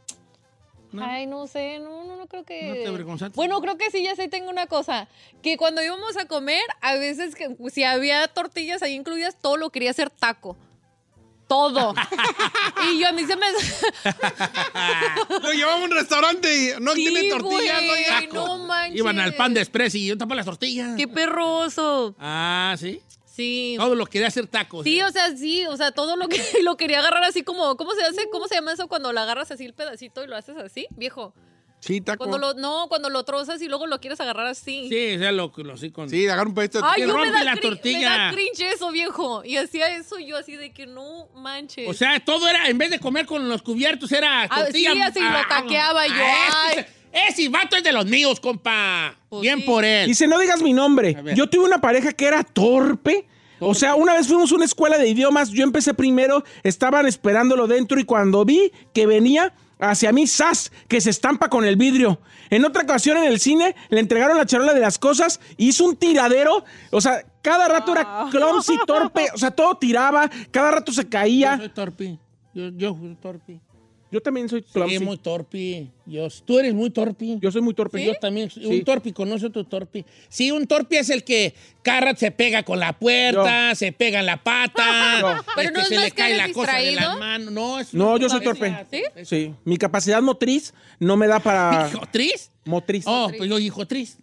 Ah. Ay, no sé, no, no, no creo que. ¿No te avergonzaste? Bueno, creo que sí, ya sé, tengo una cosa. Que cuando íbamos a comer, a veces que, si había tortillas ahí incluidas, todo lo quería hacer taco. Todo. y yo a mí se me. Lo llevaba a un restaurante y no Sí, tiene tortillas, no güey, hay taco. no manches. Iban al pan de express y yo tapaba las tortillas. Qué perroso. Ah, ¿sí? Sí. Todo lo quería hacer tacos. Sí, o sea, sí, o sea, todo lo que lo quería agarrar así como, ¿cómo se hace? ¿Cómo se llama eso cuando lo agarras así el pedacito y lo haces así, viejo? Sí, taco. Cuando lo, no, cuando lo trozas y luego lo quieres agarrar así. Ah, Sí, o sea, lo, lo sí con... Sí, agarra un pedacito de Ay, tortilla. yo me rompe da, la cri- me tortilla. da cringe eso, viejo. Y hacía eso yo así de que no manches. O sea, todo era, en vez de comer con los cubiertos, era Ah, tortilla. sí, así lo taqueaba yo, este- ese vato es de los míos, compa. Pues Bien por él. Dice, no digas mi nombre. Yo tuve una pareja que era torpe. O sea, una vez fuimos a una escuela de idiomas, yo empecé primero, estaban esperándolo dentro y cuando vi que venía hacia mí, ¡zas! que se estampa con el vidrio. En otra ocasión en el cine le entregaron la charola de las cosas, hizo un tiradero, o sea, cada rato era clumsy, torpe, o sea, todo tiraba, cada rato se Yo caía. soy torpe. Yo, yo soy torpe. Yo también soy Sí, muy torpe. Yo, tú eres muy torpe. Yo soy muy torpe. Yo también. soy- Sí. Un torpe conoce otro torpe. Sí, un torpe es el que Carrat se pega con la puerta, se pega en la pata. Yo. este, Pero no es se más le que cae eres la cosa de la distraído. mano. No, es No, una yo soy torpeza. torpe. ¿Sí? Sí, mi capacidad motriz no me da para... ¿Tris? Motriz. Oh, pues yo hijo tris.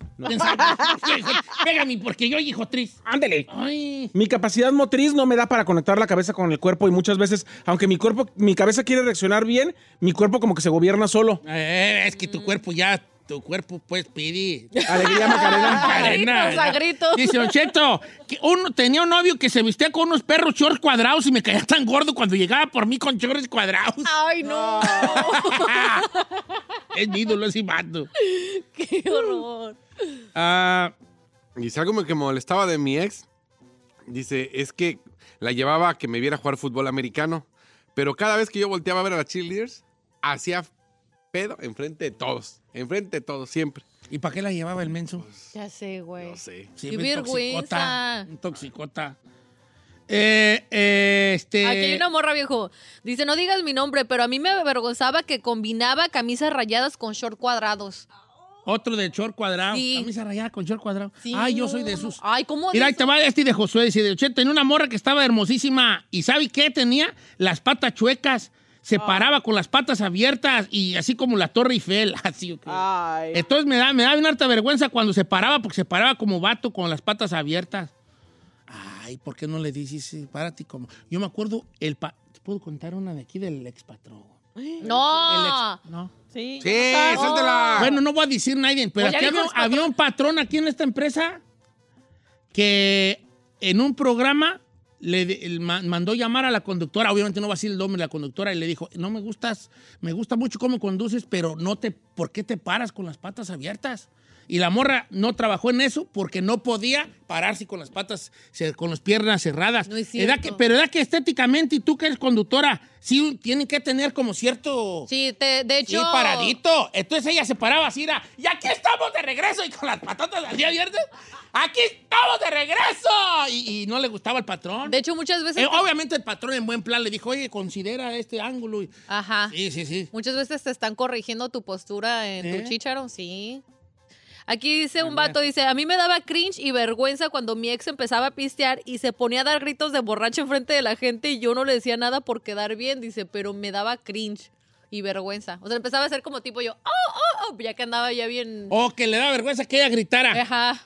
Pégame porque yo hijo tris. Ándele. Ay. Mi capacidad motriz no me da para conectar la cabeza con el cuerpo y muchas veces, aunque mi cuerpo, mi cabeza quiere reaccionar bien, mi cuerpo como que se gobierna solo. Eh, es que tu cuerpo ya, tu cuerpo pues pide. Alegría Macarena. gritos, a gritos. Dice Don Cheto, que uno, tenía un novio que se vestía con unos perros shorts cuadrados y me caía tan gordo cuando llegaba por mí con shorts cuadrados. Ay, no. es mi ídolo ese vato. Qué horror. Ah, y si algo me- que me molestaba de mi ex, dice, es que la llevaba a que me viera jugar fútbol americano. Pero cada vez que yo volteaba a ver a las cheerleaders, hacía pedo enfrente de todos. Enfrente de todos, siempre. ¿Y para qué la llevaba el menso? Ya sé, güey. No sé. Sí, Qué un vergüenza. toxicota, Un toxicota. Eh, eh, este... Aquí hay una morra, viejo. Dice, no digas mi nombre, pero a mí me avergonzaba que combinaba camisas rayadas con short cuadrados. Otro de short cuadrado. Sí. Camisa rayada con short cuadrado. Sí, Ay, yo no, soy de no, no. esos. Ay, ¿cómo? Mira, ahí dices? te va este de Josué. Dice, de Oche, tenía una morra que estaba hermosísima. ¿Y sabe qué tenía? Las patas chuecas. Se Ah. paraba con las patas abiertas y así como la Torre Eiffel. Así, ok. Entonces me da, me da una harta vergüenza cuando se paraba, porque se paraba como vato con las patas abiertas. Ay, ¿por qué no le dices, eh, párate como? Yo me acuerdo, el pa- ¿Te puedo contar una de aquí del ex patrón? No. No. Sí. Sí, ya está. suéltela. Bueno, no voy a decir nadie, pero Oh. Pues ya aquí dijo había, el patrón. había un patrón aquí en esta empresa que en un programa le de- el ma- mandó llamar a la conductora, obviamente no va a decir el nombre de la conductora, y le dijo, no me gustas, me gusta mucho cómo conduces, pero no te, ¿por qué te paras con las patas abiertas? Y la morra no trabajó en eso porque no podía pararse con las patas, cer- con las piernas cerradas. No es Edad que- cierto. pero edad que estéticamente, y tú que eres conductora, sí tienen que tener como cierto... Sí, te- de Sí, hecho. paradito. Entonces ella se paraba así, era, y aquí estamos de regreso, y con las patatas así abiertas, aquí estamos de regreso. Y, y no le gustaba el patrón. De hecho, muchas veces. Eh, obviamente el patrón en buen plan le dijo, oye, considera este ángulo. Y- Ajá. Sí, sí, sí. Muchas veces te están corrigiendo tu postura en ¿Eh? tu chicharo, sí. Aquí dice un vato, dice, a mí me daba cringe y vergüenza cuando mi ex empezaba a pistear y se ponía a dar gritos de borracho enfrente de la gente y yo no le decía nada por quedar bien, dice, pero me daba cringe y vergüenza. O sea, empezaba a ser como tipo yo, oh, oh, oh, ya que andaba ya bien... O que le da vergüenza que ella gritara. Ajá.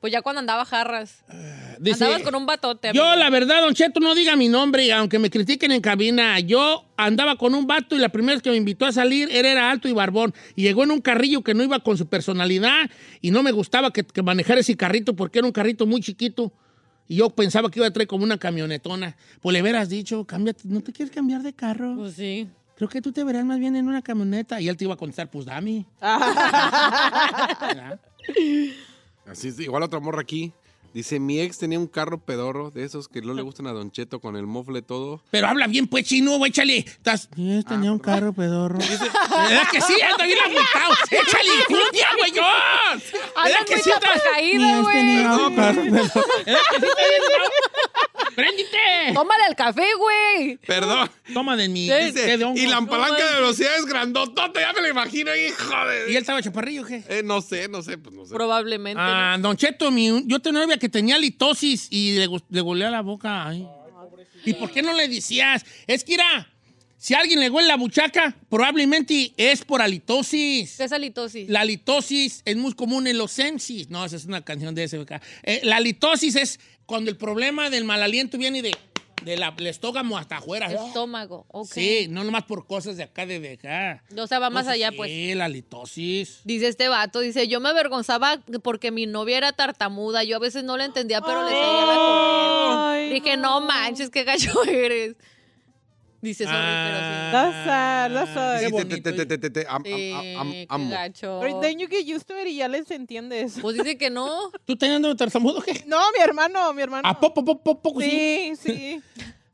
Pues ya cuando andaba jarras. Eh, Andabas con un batote. Yo, amigo. la verdad, Don Cheto, no diga mi nombre, y aunque me critiquen en cabina. Yo andaba con un vato y la primera vez que me invitó a salir, él era alto y barbón. Y llegó en un carrillo que no iba con su personalidad y no me gustaba que, que manejara ese carrito porque era un carrito muy chiquito. Y yo pensaba que iba a traer como una camionetona. Pues le hubieras dicho, cámbiate, ¿no te quieres cambiar de carro? Pues sí. Creo que tú te verás más bien en una camioneta. Y él te iba a contestar, pues dame. Así es, igual otra morra aquí. Dice, mi ex tenía un carro pedorro de esos que no Ah. le gustan a Don Cheto con el mofle todo. Pero habla bien, pues, chino, échale. Estás... Yo Ah, tenía un carro pedorro. ¿Verdad que sí? Anda bien apuntado. ¡Échale infundia, güey! ¿Verdad Andas que muy sí? estás- caído, este Ni has güey. tenido No, un carro pedorro. ¿Verdad que sí? está bien, no? ¡Préndite! Tómale el café, güey. Perdón. Toma de mi. Sí. dice, de hongo. Y la palanca de velocidad es grandotota, ya me lo imagino, hijo de... ¿Y él estaba chaparrillo o qué? Eh, no sé, no sé, pues no sé. Probablemente. Ah, don Cheto, mi- yo tenía una novia que tenía litosis y le, gus- le golea la boca. ay. ¿Y por qué no le decías? Es que, mira, si a alguien le huele la buchaca, probablemente es por halitosis. ¿Qué es halitosis? La litosis es muy común en los sensis. No, esa es una canción de SBK. Eh, la litosis es cuando el problema del mal aliento viene de, de la, el estómago hasta afuera. Estómago. Ok. Sí, no nomás por cosas de acá de acá. O sea, va más Entonces, allá, pues. Sí, la litosis. Dice este vato, dice, yo me avergonzaba porque mi novia era tartamuda, yo a veces no la entendía, pero le seguía la corriente. Dije, no manches, qué gacho eres. Dice, sorry, That's sad, that's sad. Dice, te, te, te, te, te, te, am, am, pero sí. Ah, am, am, Sí, qué amo. gacho. But then you get used to it y ya les entiendes. Pues dice que no. ¿Tú teniendo tartamudo qué? No, mi hermano, mi hermano. ¿A poco, poco, poco, poco? Sí, sí.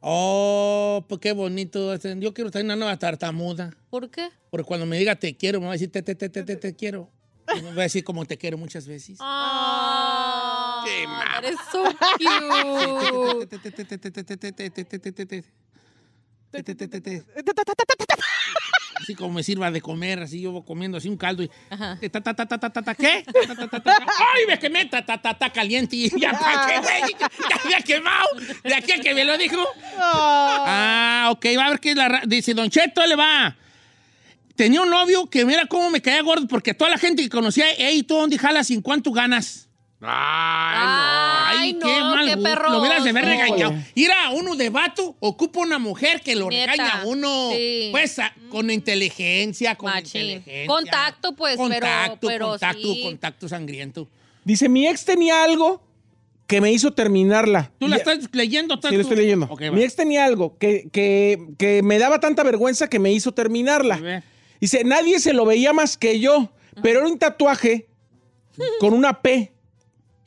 Oh, pues qué bonito. Yo quiero tener una nueva tartamuda. ¿Por qué? Porque cuando me diga te quiero, me va a decir te, te, te, te, te, te quiero. Y me va a decir como te quiero muchas veces. Ah, Qué mal. eres so Te, cute. te, te, te, te, te, te, te, te, te, te, te, te. Te, te, te, te, te. Así como me sirva de comer, así yo voy comiendo así un caldo y. Ajá. te, Ta, ta, ta, ta, ta, ta, ta, ¿Qué? Ta, ta, ta, ta, ta. ¡Ay, me quemé! Ta, ta, ta, ta, caliente. Y ya, ¿pa' qué, güey? Ya había quemado. ¿De aquí a que me lo dijo? Ah, ok, va a ver qué es la. ra- Dice, Don Cheto, le va. Tenía un novio que mira cómo me caía gordo, porque toda la gente que conocía, ey, tú dónde jalas, sin cuánto ganas. Ay, no, qué, gusto. perro. Lo hubieras de haber oso. regañado. Ir a uno de vato, ocupa una mujer que lo Neta, regaña a uno. sí. Mm. Pues a- con inteligencia, con Machín. inteligencia. Contacto, pues, pero- contacto, pero contacto, sí. contacto sangriento. Dice, mi ex tenía algo que me hizo terminarla. ¿Tú la Ya- estás leyendo? estás Sí, lo tú? estoy leyendo. Ok, va. Mi ex tenía algo que, que, que me daba tanta vergüenza que me hizo A terminarla. ver. Dice, nadie se lo veía más que yo, pero era un tatuaje con una P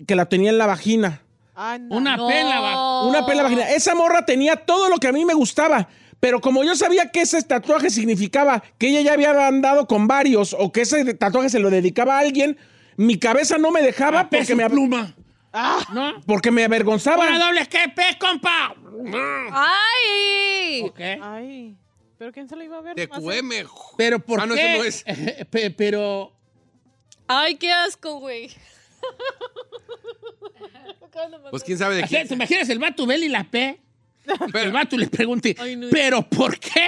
que la tenía en la vagina. Ah, no. Una No. pela, va. Una P en la Oh. vagina. Esa morra tenía todo lo que a mí me gustaba. Pero como yo sabía que ese tatuaje significaba que ella ya había andado con varios o que ese tatuaje se lo dedicaba a alguien, mi cabeza no me dejaba Pe porque su me, ab- pluma. Ah. ¿No? porque me Ah, avergonzaba. Una doble que pe, compa. Ay. Ok. Ay. ¿Pero quién se lo iba a ver? Te Nomás cueme. Pero ¿por Ah, no, qué? eso no es. Pe- Pero Ay, qué asco, güey. Pues quién sabe de O sea, quién. ¿Te imaginas el vato Bel y la P? el vato le pregunte, Ay, no. ¿pero por qué?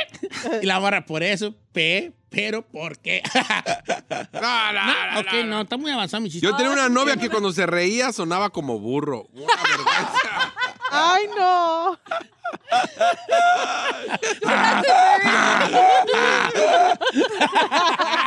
Y la barra, por eso, P, pero ¿por qué? No, no, no, no, ok, no. no, está muy avanzado, mi chiste. Yo tenía una novia que cuando se reía sonaba como burro. Una vergüenza. Ay, no.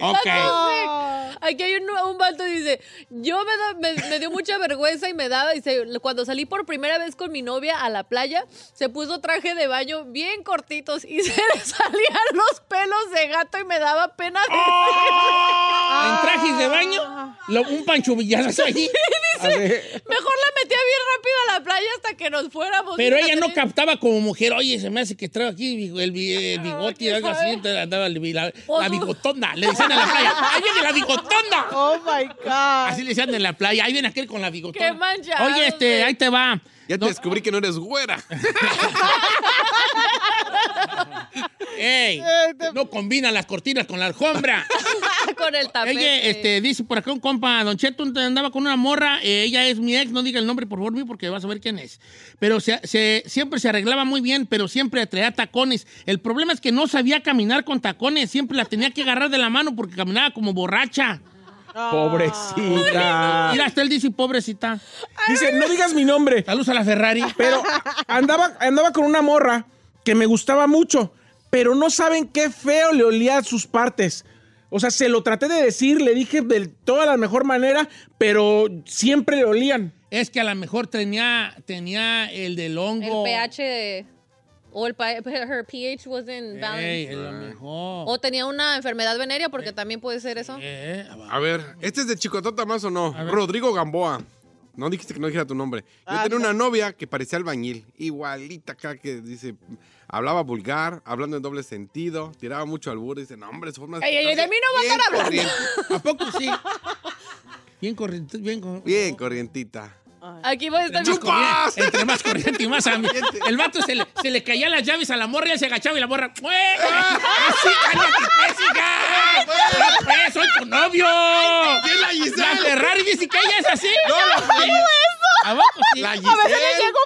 Ok. Ah. Aquí hay un, un vato dice, yo me, da- me- me dio mucha vergüenza y me daba, dice, cuando salí por primera vez con mi novia a la playa, se puso traje de baño bien cortitos y se le salían los pelos de gato y me daba pena. ¡Ah! En trajes de baño, lo- un pancho villanazo allí. Mejor la metía bien rápido a la playa hasta que nos fuéramos. Pero Mira, ella no tenés- captaba como mujer. Oye, se me hace que traigo aquí el, Ah, bi- el bigote y ¿quién algo así. sabe? entonces andaba el bi- la, O la su- bigotonda. Le decían en la playa, ¡ahí viene la bigotonda! Oh, my Así God. le decían en la playa. Ahí viene aquel con la bigotona. Qué manchado, Oye, güey. este, ahí te va. Ya No, te descubrí que no eres güera. ey, no combina las cortinas con la alfombra. con el tapete. Ella, este, dice por acá un compa, Don Cheto andaba con una morra, eh, ella es mi ex, no diga el nombre por favor mío porque vas a ver quién es. Pero se, se- siempre se arreglaba muy bien, pero siempre traía tacones. El problema es que no sabía caminar con tacones, siempre la tenía que agarrar de la mano porque caminaba como borracha. Pobrecita. Mira, hasta él dice pobrecita. Dice, no digas mi nombre. Saludos a la Ferrari. Pero andaba, andaba con una morra que me gustaba mucho, pero no saben qué feo le olía sus partes. O sea, se lo traté de decir, le dije de toda la mejor manera, pero siempre le olían. Es que a lo mejor tenía, tenía el del El hongo. pH de- o el pa- her pH wasn't Ey, balanced. a lo mejor. O tenía una enfermedad venérea porque también puede ser eso. A ver, ¿este es de Chicotota más o no? Rodrigo Gamboa. No dijiste que no dijera tu nombre. Yo Ah, tenía una novia que parecía albañil, igualita acá, que dice, hablaba vulgar, hablando en doble sentido, tiraba mucho albur, dice, no, hombre, su forma Ey, ey, ey, de mí no va a estar hablando. ¿A poco sí? Bien corriente, bien corriente. Bien corrientita. Aquí va a estar mi- ¡Chupas! Entre más corriente y más ambiente. El vato se le, se le caían las llaves a la morra y él se agachaba y la morra. ¡Güey! ¡Así, cállate, pues, hija! ¡Ya, pues, soy tu novio! ¿Quién la Giselle? La Ferrari dice que ella es así. No, la Giselle. Ah, bueno, pues, sí. La A veces le Giselle. llego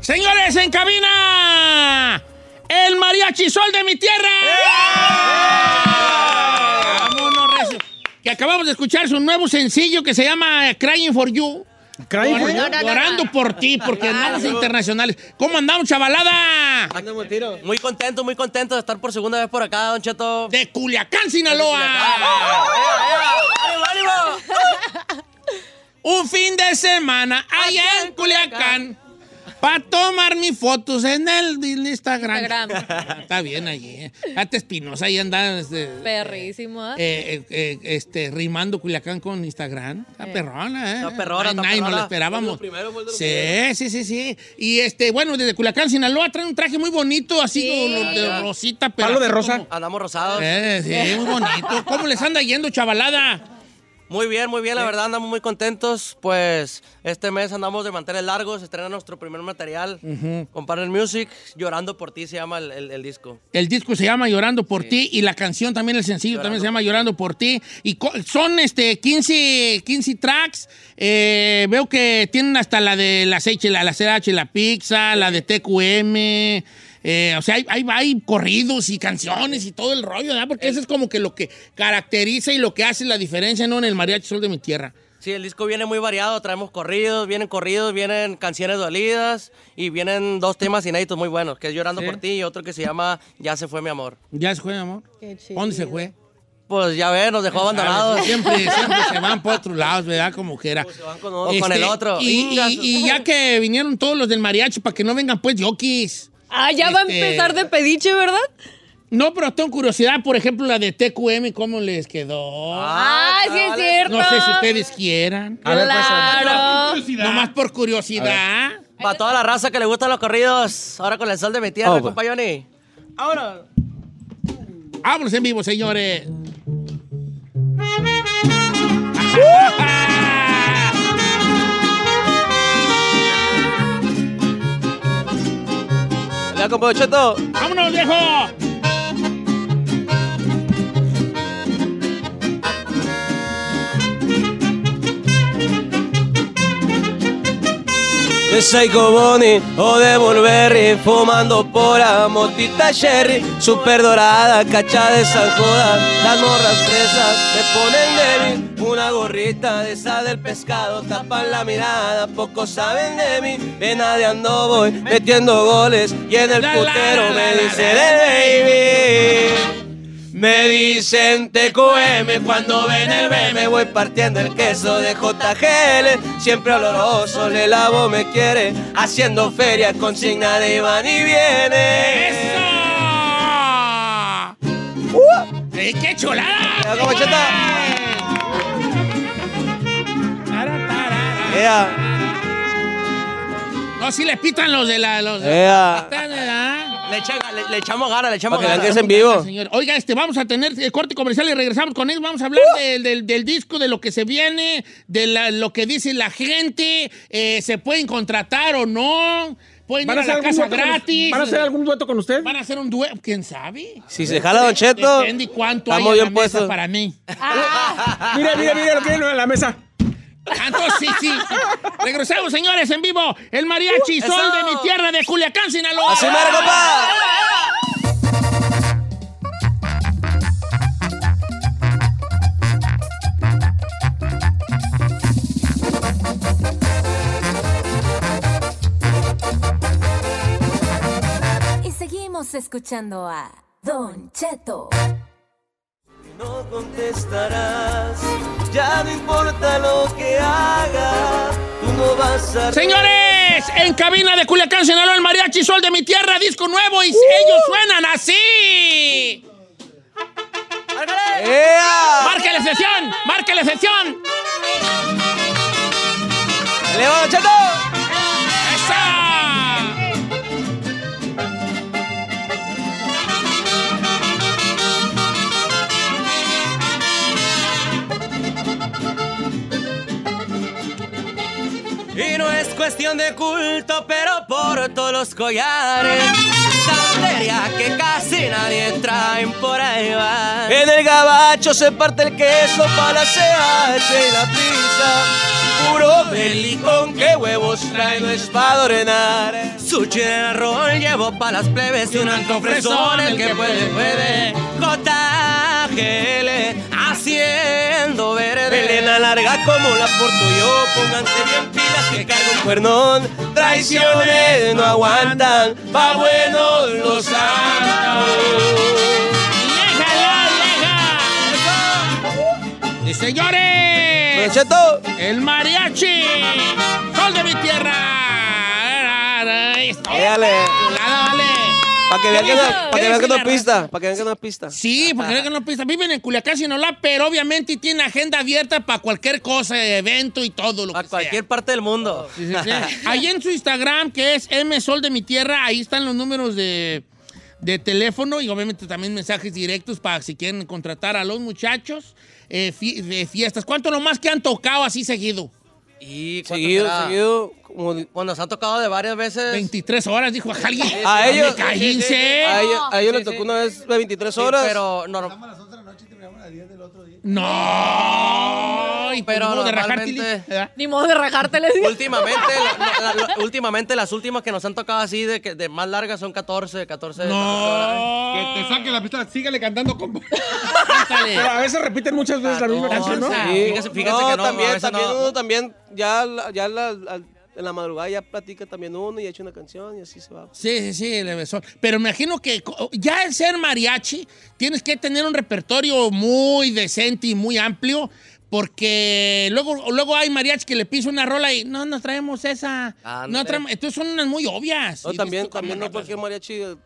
Señores, en cabina, el mariachi sol de mi tierra. ¡Eh! Vámonos, recio. Que acabamos de escuchar su nuevo sencillo que se llama Crying for You. Crying for you. no, no, no. Llorando por ti, porque andamos internacionales. ¿Cómo andamos, chavalada? Muy contento, muy contento de estar por segunda vez por acá, Don Cheto. De Culiacán, Sinaloa. ¡Ánimo, ánimo! Un fin de semana allá en Culiacán. Para tomar mis fotos Pues, en el Instagram. Instagram. Ah, Está bien allí. eh. Hasta Espinosa ahí anda. este, Perrísimo. ¿eh? eh, eh, eh, este, rimando Culiacán con Instagram. Está perrona, ¿eh? Está perrona, Ay, está nadie nos perrona. la esperábamos. Fue de los primeros, fue de los Sí, sí, sí, sí. Y este, bueno, desde Culiacán, Sinaloa, traen un traje muy bonito, así Sí. como de rosita. pero Palo de así rosa. como- Andamos rosados. Eh, sí, muy bonito. ¿Cómo les anda yendo, chavalada? Muy bien, muy bien, la verdad andamos muy contentos. Pues este mes andamos de mantener largos, estrena nuestro primer material con Panel Music. Llorando por ti se llama el, el- el disco. El disco se llama Llorando por ti y la canción también, el sencillo también se llama Llorando por ti. Y co- son este 15, 15 tracks. Eh, veo que tienen hasta la de las H, la, la CH, la pizza, la de TQM. Eh, o sea, hay, hay, hay corridos y canciones y todo el rollo, ¿verdad? Porque eso es como que lo que caracteriza y lo que hace la diferencia, ¿no? En el mariachi sol de mi tierra. Sí, el disco viene muy variado, traemos corridos, vienen corridos, vienen canciones dolidas y vienen dos temas inéditos muy buenos, que es Llorando por ti y otro que se llama Ya se fue mi amor. ¿Ya se fue, mi amor? Qué chido. ¿Dónde se fue? Pues ya ves, nos dejó abandonados. Ah, Siempre, siempre se van por otros lados, ¿verdad? Como que era. se van con- con el otro. Este, Y, Ingas. y- y ya que vinieron todos los del mariachi, para que no vengan pues yokis. Ah, ya va a Este- empezar de pediche, ¿verdad? No, pero tengo curiosidad, por ejemplo, la de TQM, ¿cómo les quedó? Ah, sí es cierto. no sé si ustedes quieran. A ver, pues, Claro. Nomás por curiosidad. Para toda la raza que le gustan los corridos, ahora con el sol de mi tierra, Oh, va. pues. compañoni. Ahora. Vámonos en vivo, señores. Ya, compa Don Cheto. ¡Vámonos, viejo! De Psycho Bunny o de Volverri, fumando por motita Sherry, super dorada, cacha de San Judas, las morras presas me ponen débil, una gorrita de esa del pescado, tapan la mirada, poco saben de mí, venadeando voy, metiendo goles, y en el putero me dicen el baby. Me dicen TQM cuando ven el B, me voy partiendo el queso de JGL. Siempre oloroso, le lavo, me quiere, haciendo feria, consigna de Iván y viene. ¡Eh, ¡Qué chulada! No, sí le pitan los de la... Los Ea. Le, le, echamos gana, le echamos gana. que es en vivo. Señor, Oiga, este, vamos a tener eh, corte comercial y regresamos con él. Vamos a hablar Uh. del, del- del disco, de lo que se viene, de la- lo que dice la gente, eh, se pueden contratar o no, pueden ¿Van ir a, a hacer la algún casa dueto con- gratis. van a hacer algún dueto con usted? Van a hacer un dueto, quién sabe. Si se jala Don Cheto, Depende cuánto hay estamos en la mesa bien puestos. para mí. Mira, mira, mira lo que hay en la mesa. Entonces, sí, sí. Regresamos, señores, en vivo. El mariachi, Uh, sol eso. de mi tierra, de Culiacán, Sinaloa. ¡Así mero, compa! Y seguimos escuchando a Don Cheto. No contestarás, ya no importa lo que haga, tú no vas a... Señores, en cabina de Culiacán, Sinaloa, el mariachi, sol de mi tierra, disco nuevo, y ellos suenan así. ¡Márquele sesión! ¡Márquele sesión! ¡Le va, chato! Y no es cuestión de culto, pero por todos los collares. Santería que casi nadie trae por ahí va. En el gabacho se parte el queso para la CH y la pizza. Puro belicón que huevos trae, no es pa' dorenar. Su chicharrón llevo pa' las plebes y un alto fresón, el que puede, puede. JGL haciendo verde. Pelena larga como la porto yo, pónganse bien pilas que cargo un cuernón. Traiciones no aguantan, pa' buenos los santos. Y señores, el mariachi, sol de mi tierra. Esto. Dale. Chulada, vale. Pa' que vean que, no- pa' ¿Qué dice que, vean que no la es pista, pa' que vean que no es pista. Sí, porque no que no pista. Viven en Culiacán, Sinaloa, pero obviamente tiene agenda abierta para cualquier cosa, evento y todo lo que Cualquier parte del mundo. sea. Ahí en su Instagram, que es M Sol de mi tierra, ahí están los números de, de teléfono y obviamente también mensajes directos para si quieren contratar a los muchachos eh, fi- de fiestas. ¿Cuánto lo más que han tocado así seguido? Y cuánto Seguido, será? seguido, Cuando se han tocado de varias veces. 23 horas, dijo alguien. A ellos. Me caí, Sí, sí, sí. ¿eh? A ellos, a ellos les tocó una vez de 23 Sí, horas. pero normal. No. pues, Pero modo de normalmente- Ni modo de rajarte, le digo. Últimamente, la- la- la- últimamente las últimas que nos han tocado así de, que, de más largas son 14, 14. No. Que te saque la pista, sígale cantando con... Pero a veces repiten muchas veces la misma canción, ¿no? fíjese, fíjese que no, a también, veces también. no. uno también ya, la- ya la- al- en la madrugada ya platica también uno y echa una canción y así se va. Sí, sí, sí, el besón. Pero me imagino que co- ya el ser mariachi tienes que tener un repertorio muy decente y muy amplio. Porque luego, luego hay mariachi que le pisa una rola y no, nos traemos esa. No Ándale. traemos, entonces son unas muy obvias. No, Y también, dices tú, también ¿cómo no cualquier mariachi, eh,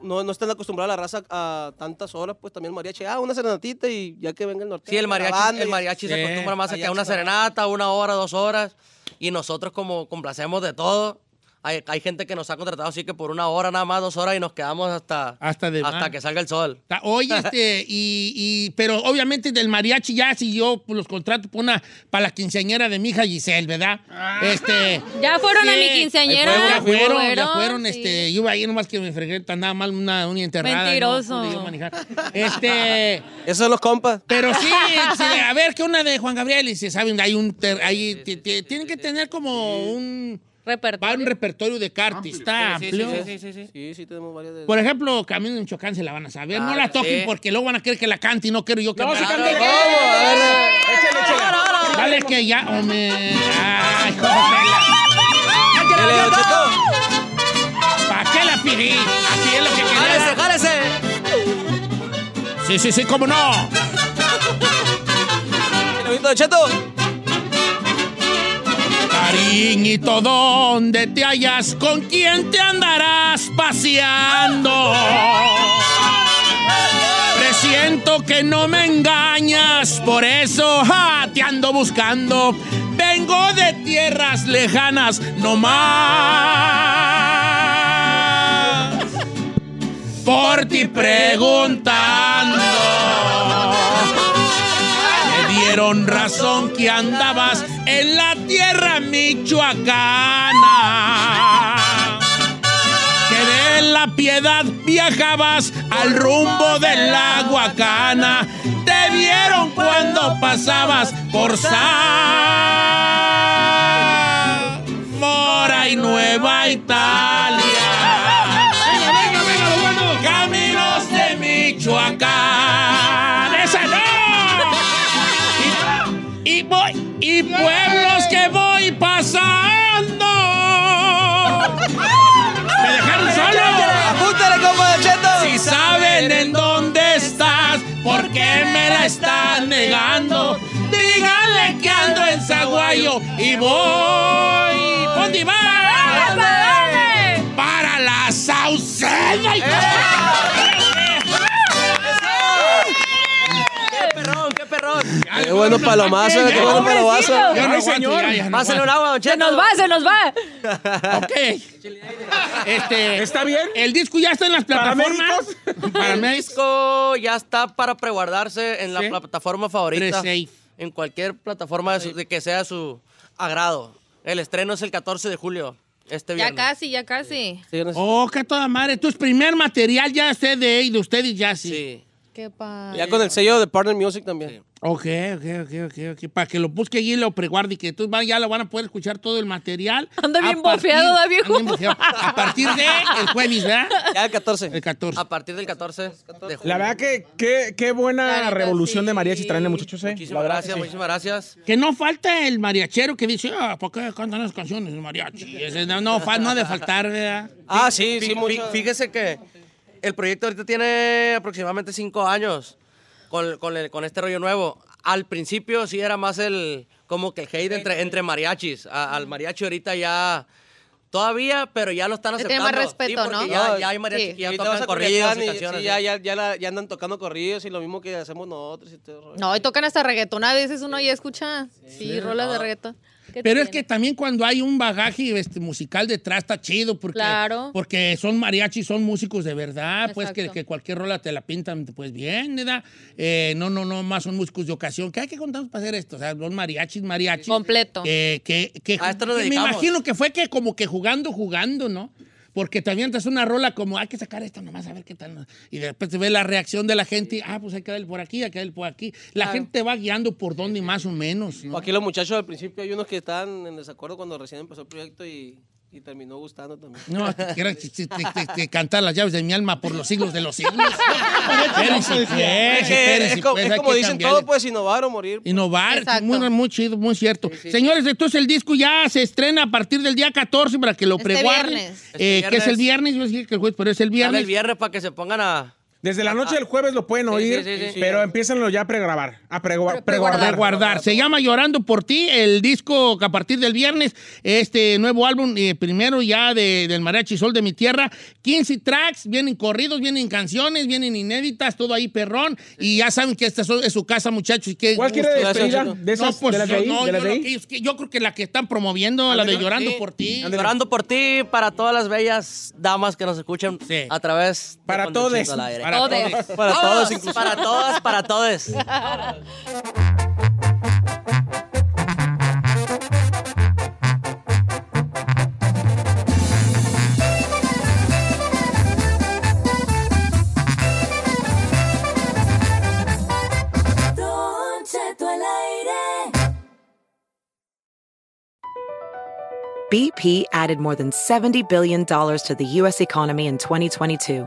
no, no están acostumbrados a la raza a tantas horas, pues también el mariachi, ah, una serenatita y ya que venga el norte. Sí, el mariachi- el mariachi se acostumbra más a que a una serenata. serenata, una hora, dos horas, y nosotros como complacemos de todo, hay, hay gente que nos ha contratado así que por una hora nada más, dos horas y nos quedamos hasta, Hasta de hasta más. que salga el sol. Ta- Oye, este, y, y- pero obviamente del mariachi ya si yo pues, los contrato para una, para la quinceañera de mi hija Giselle, ¿verdad? Ah. Este. Ya fueron a mi sí. quinceañera. Ahí fueron, Ya fueron, ya Fueron, fueron, sí. este, yo iba a ir nomás que me fregué tan nada mal una, una enterrada. y no Mentiroso. pude yo manejar. Este. Esos son los compas. Pero sí, sí, a ver, que una de Juan Gabriel, y se saben, hay un, ter- hay- ti- ti- tienen que tener como un... Repertorio. un repertorio de cartas, está Sí, amplio. Sí, sí, sí, sí. Sí, sí, tenemos varias de... Por ejemplo, Camino de Michoacán se la van a saber. no Ah, la toquen sí. porque luego van a querer que la cante y no quiero yo que No, la sí, cante. cántale, cántale. Échale, échale. Dale que ya, hombre. Ay, ¿Para qué la pedí? Así es lo que quería. ¡Jálese, jálese! Sí, sí, sí, cómo no. Cariñito, ¿dónde te hallas? ¿Con quién te andarás paseando? Presiento que no me engañas, por eso ja, te ando buscando. Vengo de tierras lejanas, no más. Por ti preguntando. Me dieron razón que andabas en la tierra michoacana. Que de la piedad viajabas al rumbo de la Huacana. Te vieron cuando pasabas por Zamora y Nueva Italia. Caminos de Michoacán. ¡Esa no! Y, y voy, y pueblos que voy pasando. ¡Me dejaron solo! ¡Apúntale, compa Si saben en dónde estás, ¿por qué me la están negando? Díganle que ando en Zaguayo y voy. ¿Dónde va? Para la Sauceda. ¡Eh! ¡Qué perrón, qué perrón! Qué bueno palomazo, qué bueno palomazo. Yo no señor. Pásale un agua, don Cheto. nos va, se nos va. Ok. Este, ¿Está bien? El disco ya está en las plataformas. Para El disco ya está para preguardarse en la Sí. plataforma favorita. Pre-save. En cualquier plataforma de, su- de que sea de su agrado. El estreno es el 14 de julio, este Ya viernes. casi, ya casi. Oh, que toda madre. Tu primer material ya sé de y de ustedes ya sí. Qué padre. Ya con el sello de Partner Music también. Ok, ok, ok, ok, ok. Para que lo busque allí y lo preguarde y que tú ya lo van a poder escuchar todo el material. Anda A bien partir- bofeado, da viejo. anda bien bofeado. A partir de el jueves, ¿verdad? Ya el 14. El 14. A partir del 14 de julio. La verdad que qué, qué buena revolución de mariachi traen, muchachos, eh. Muchísimas La verdad gracias, que sí. muchísimas gracias. Que no falta el mariachero que dice, ah, ¿por qué cantan las canciones de mariachi? Ese No, no, fa- no ha de faltar, eh, ¿verdad? Ah, sí, Fí- sí, fí- mucho. Fíjese que el proyecto ahorita tiene aproximadamente cinco años con, con el- con este rollo nuevo. Al principio sí era más el como que el hate entre, entre mariachis. A- al mariachi ahorita ya todavía, pero ya lo están Le aceptando. tiene más Sí, respeto, porque ¿no? Ya, No, ya hay mariachis sí. que ya Ahorita vas tocan a corridos Culiacán y y- canciones. sí, ya, ya, ya, la- ya andan tocando corridos y lo mismo que hacemos nosotros. Y todo el rollo. No, y tocan hasta reggaetón. A veces uno ya escucha. Sí, rolas de reggaetón. ¿Qué Pero es tiene? que también cuando hay un bagaje este, musical detrás está chido porque, Claro. porque son mariachis, son músicos de verdad, pues que, Exacto. que cualquier rola te la pintan pues bien, ¿verdad? Eh, no, no, no, más son músicos de ocasión. que hay que contarnos para hacer esto? O sea, son mariachis, mariachis. Completo. Eh, que, que- A esto nos que me dedicamos. imagino que fue que como que jugando, jugando, ¿no? Porque también te avientas una rola como, hay que sacar esta nomás, a ver qué tal. Y después te ve la reacción de la gente, y, ah, pues hay que darle por aquí, hay que darle por aquí. La gente te va guiando por dónde más o menos, ¿no? Aquí los muchachos al principio hay unos que estaban en desacuerdo cuando recién empezó el proyecto y, y terminó gustando también. No, que quieran que- que- que- que cantar las llaves de mi alma por los siglos de los siglos. Espérense, Es que- pues, es espérense, como, pues, es hay como que dicen cambiarle. todo, pues innovar o morir. Innovar, muy, muy chido, muy cierto. Señores, entonces el disco ya se estrena a partir del día 14 para que lo Este preguarden. viernes. Eh, Este que es el viernes. viernes, yo decía que el jueves, pero es el Sale viernes. el viernes para que se pongan a... Desde la noche del jueves lo pueden oír, Ah, sí, sí, sí. pero empiezanlo ya a pregrabar, a pregua- preguardar. guardar. Se llama Llorando por ti, el disco que a partir del viernes, este nuevo álbum, eh, primero ya de, del Mariachi Sol de mi tierra, 15 tracks, vienen corridos, vienen canciones, vienen inéditas, todo ahí perrón, y ya saben que esta es su- es su casa, muchachos. y qué ¿Cuál quiere gusto. despedida? ¿De esas- No, pues de las de yo ahí? no, ¿De las yo de lo que- es que yo creo que la que están promoviendo, la de Llorando por ti. Llorando por ti, para todas las bellas damas que nos escuchan a través de Para Ponte todes. Chingo al Aire. Para Todes. todes. Para Vámonos. todos, incluso. Para todas, para todes. Don Cheto al aire. BP added more than $70 billion to the U.S. economy in 2022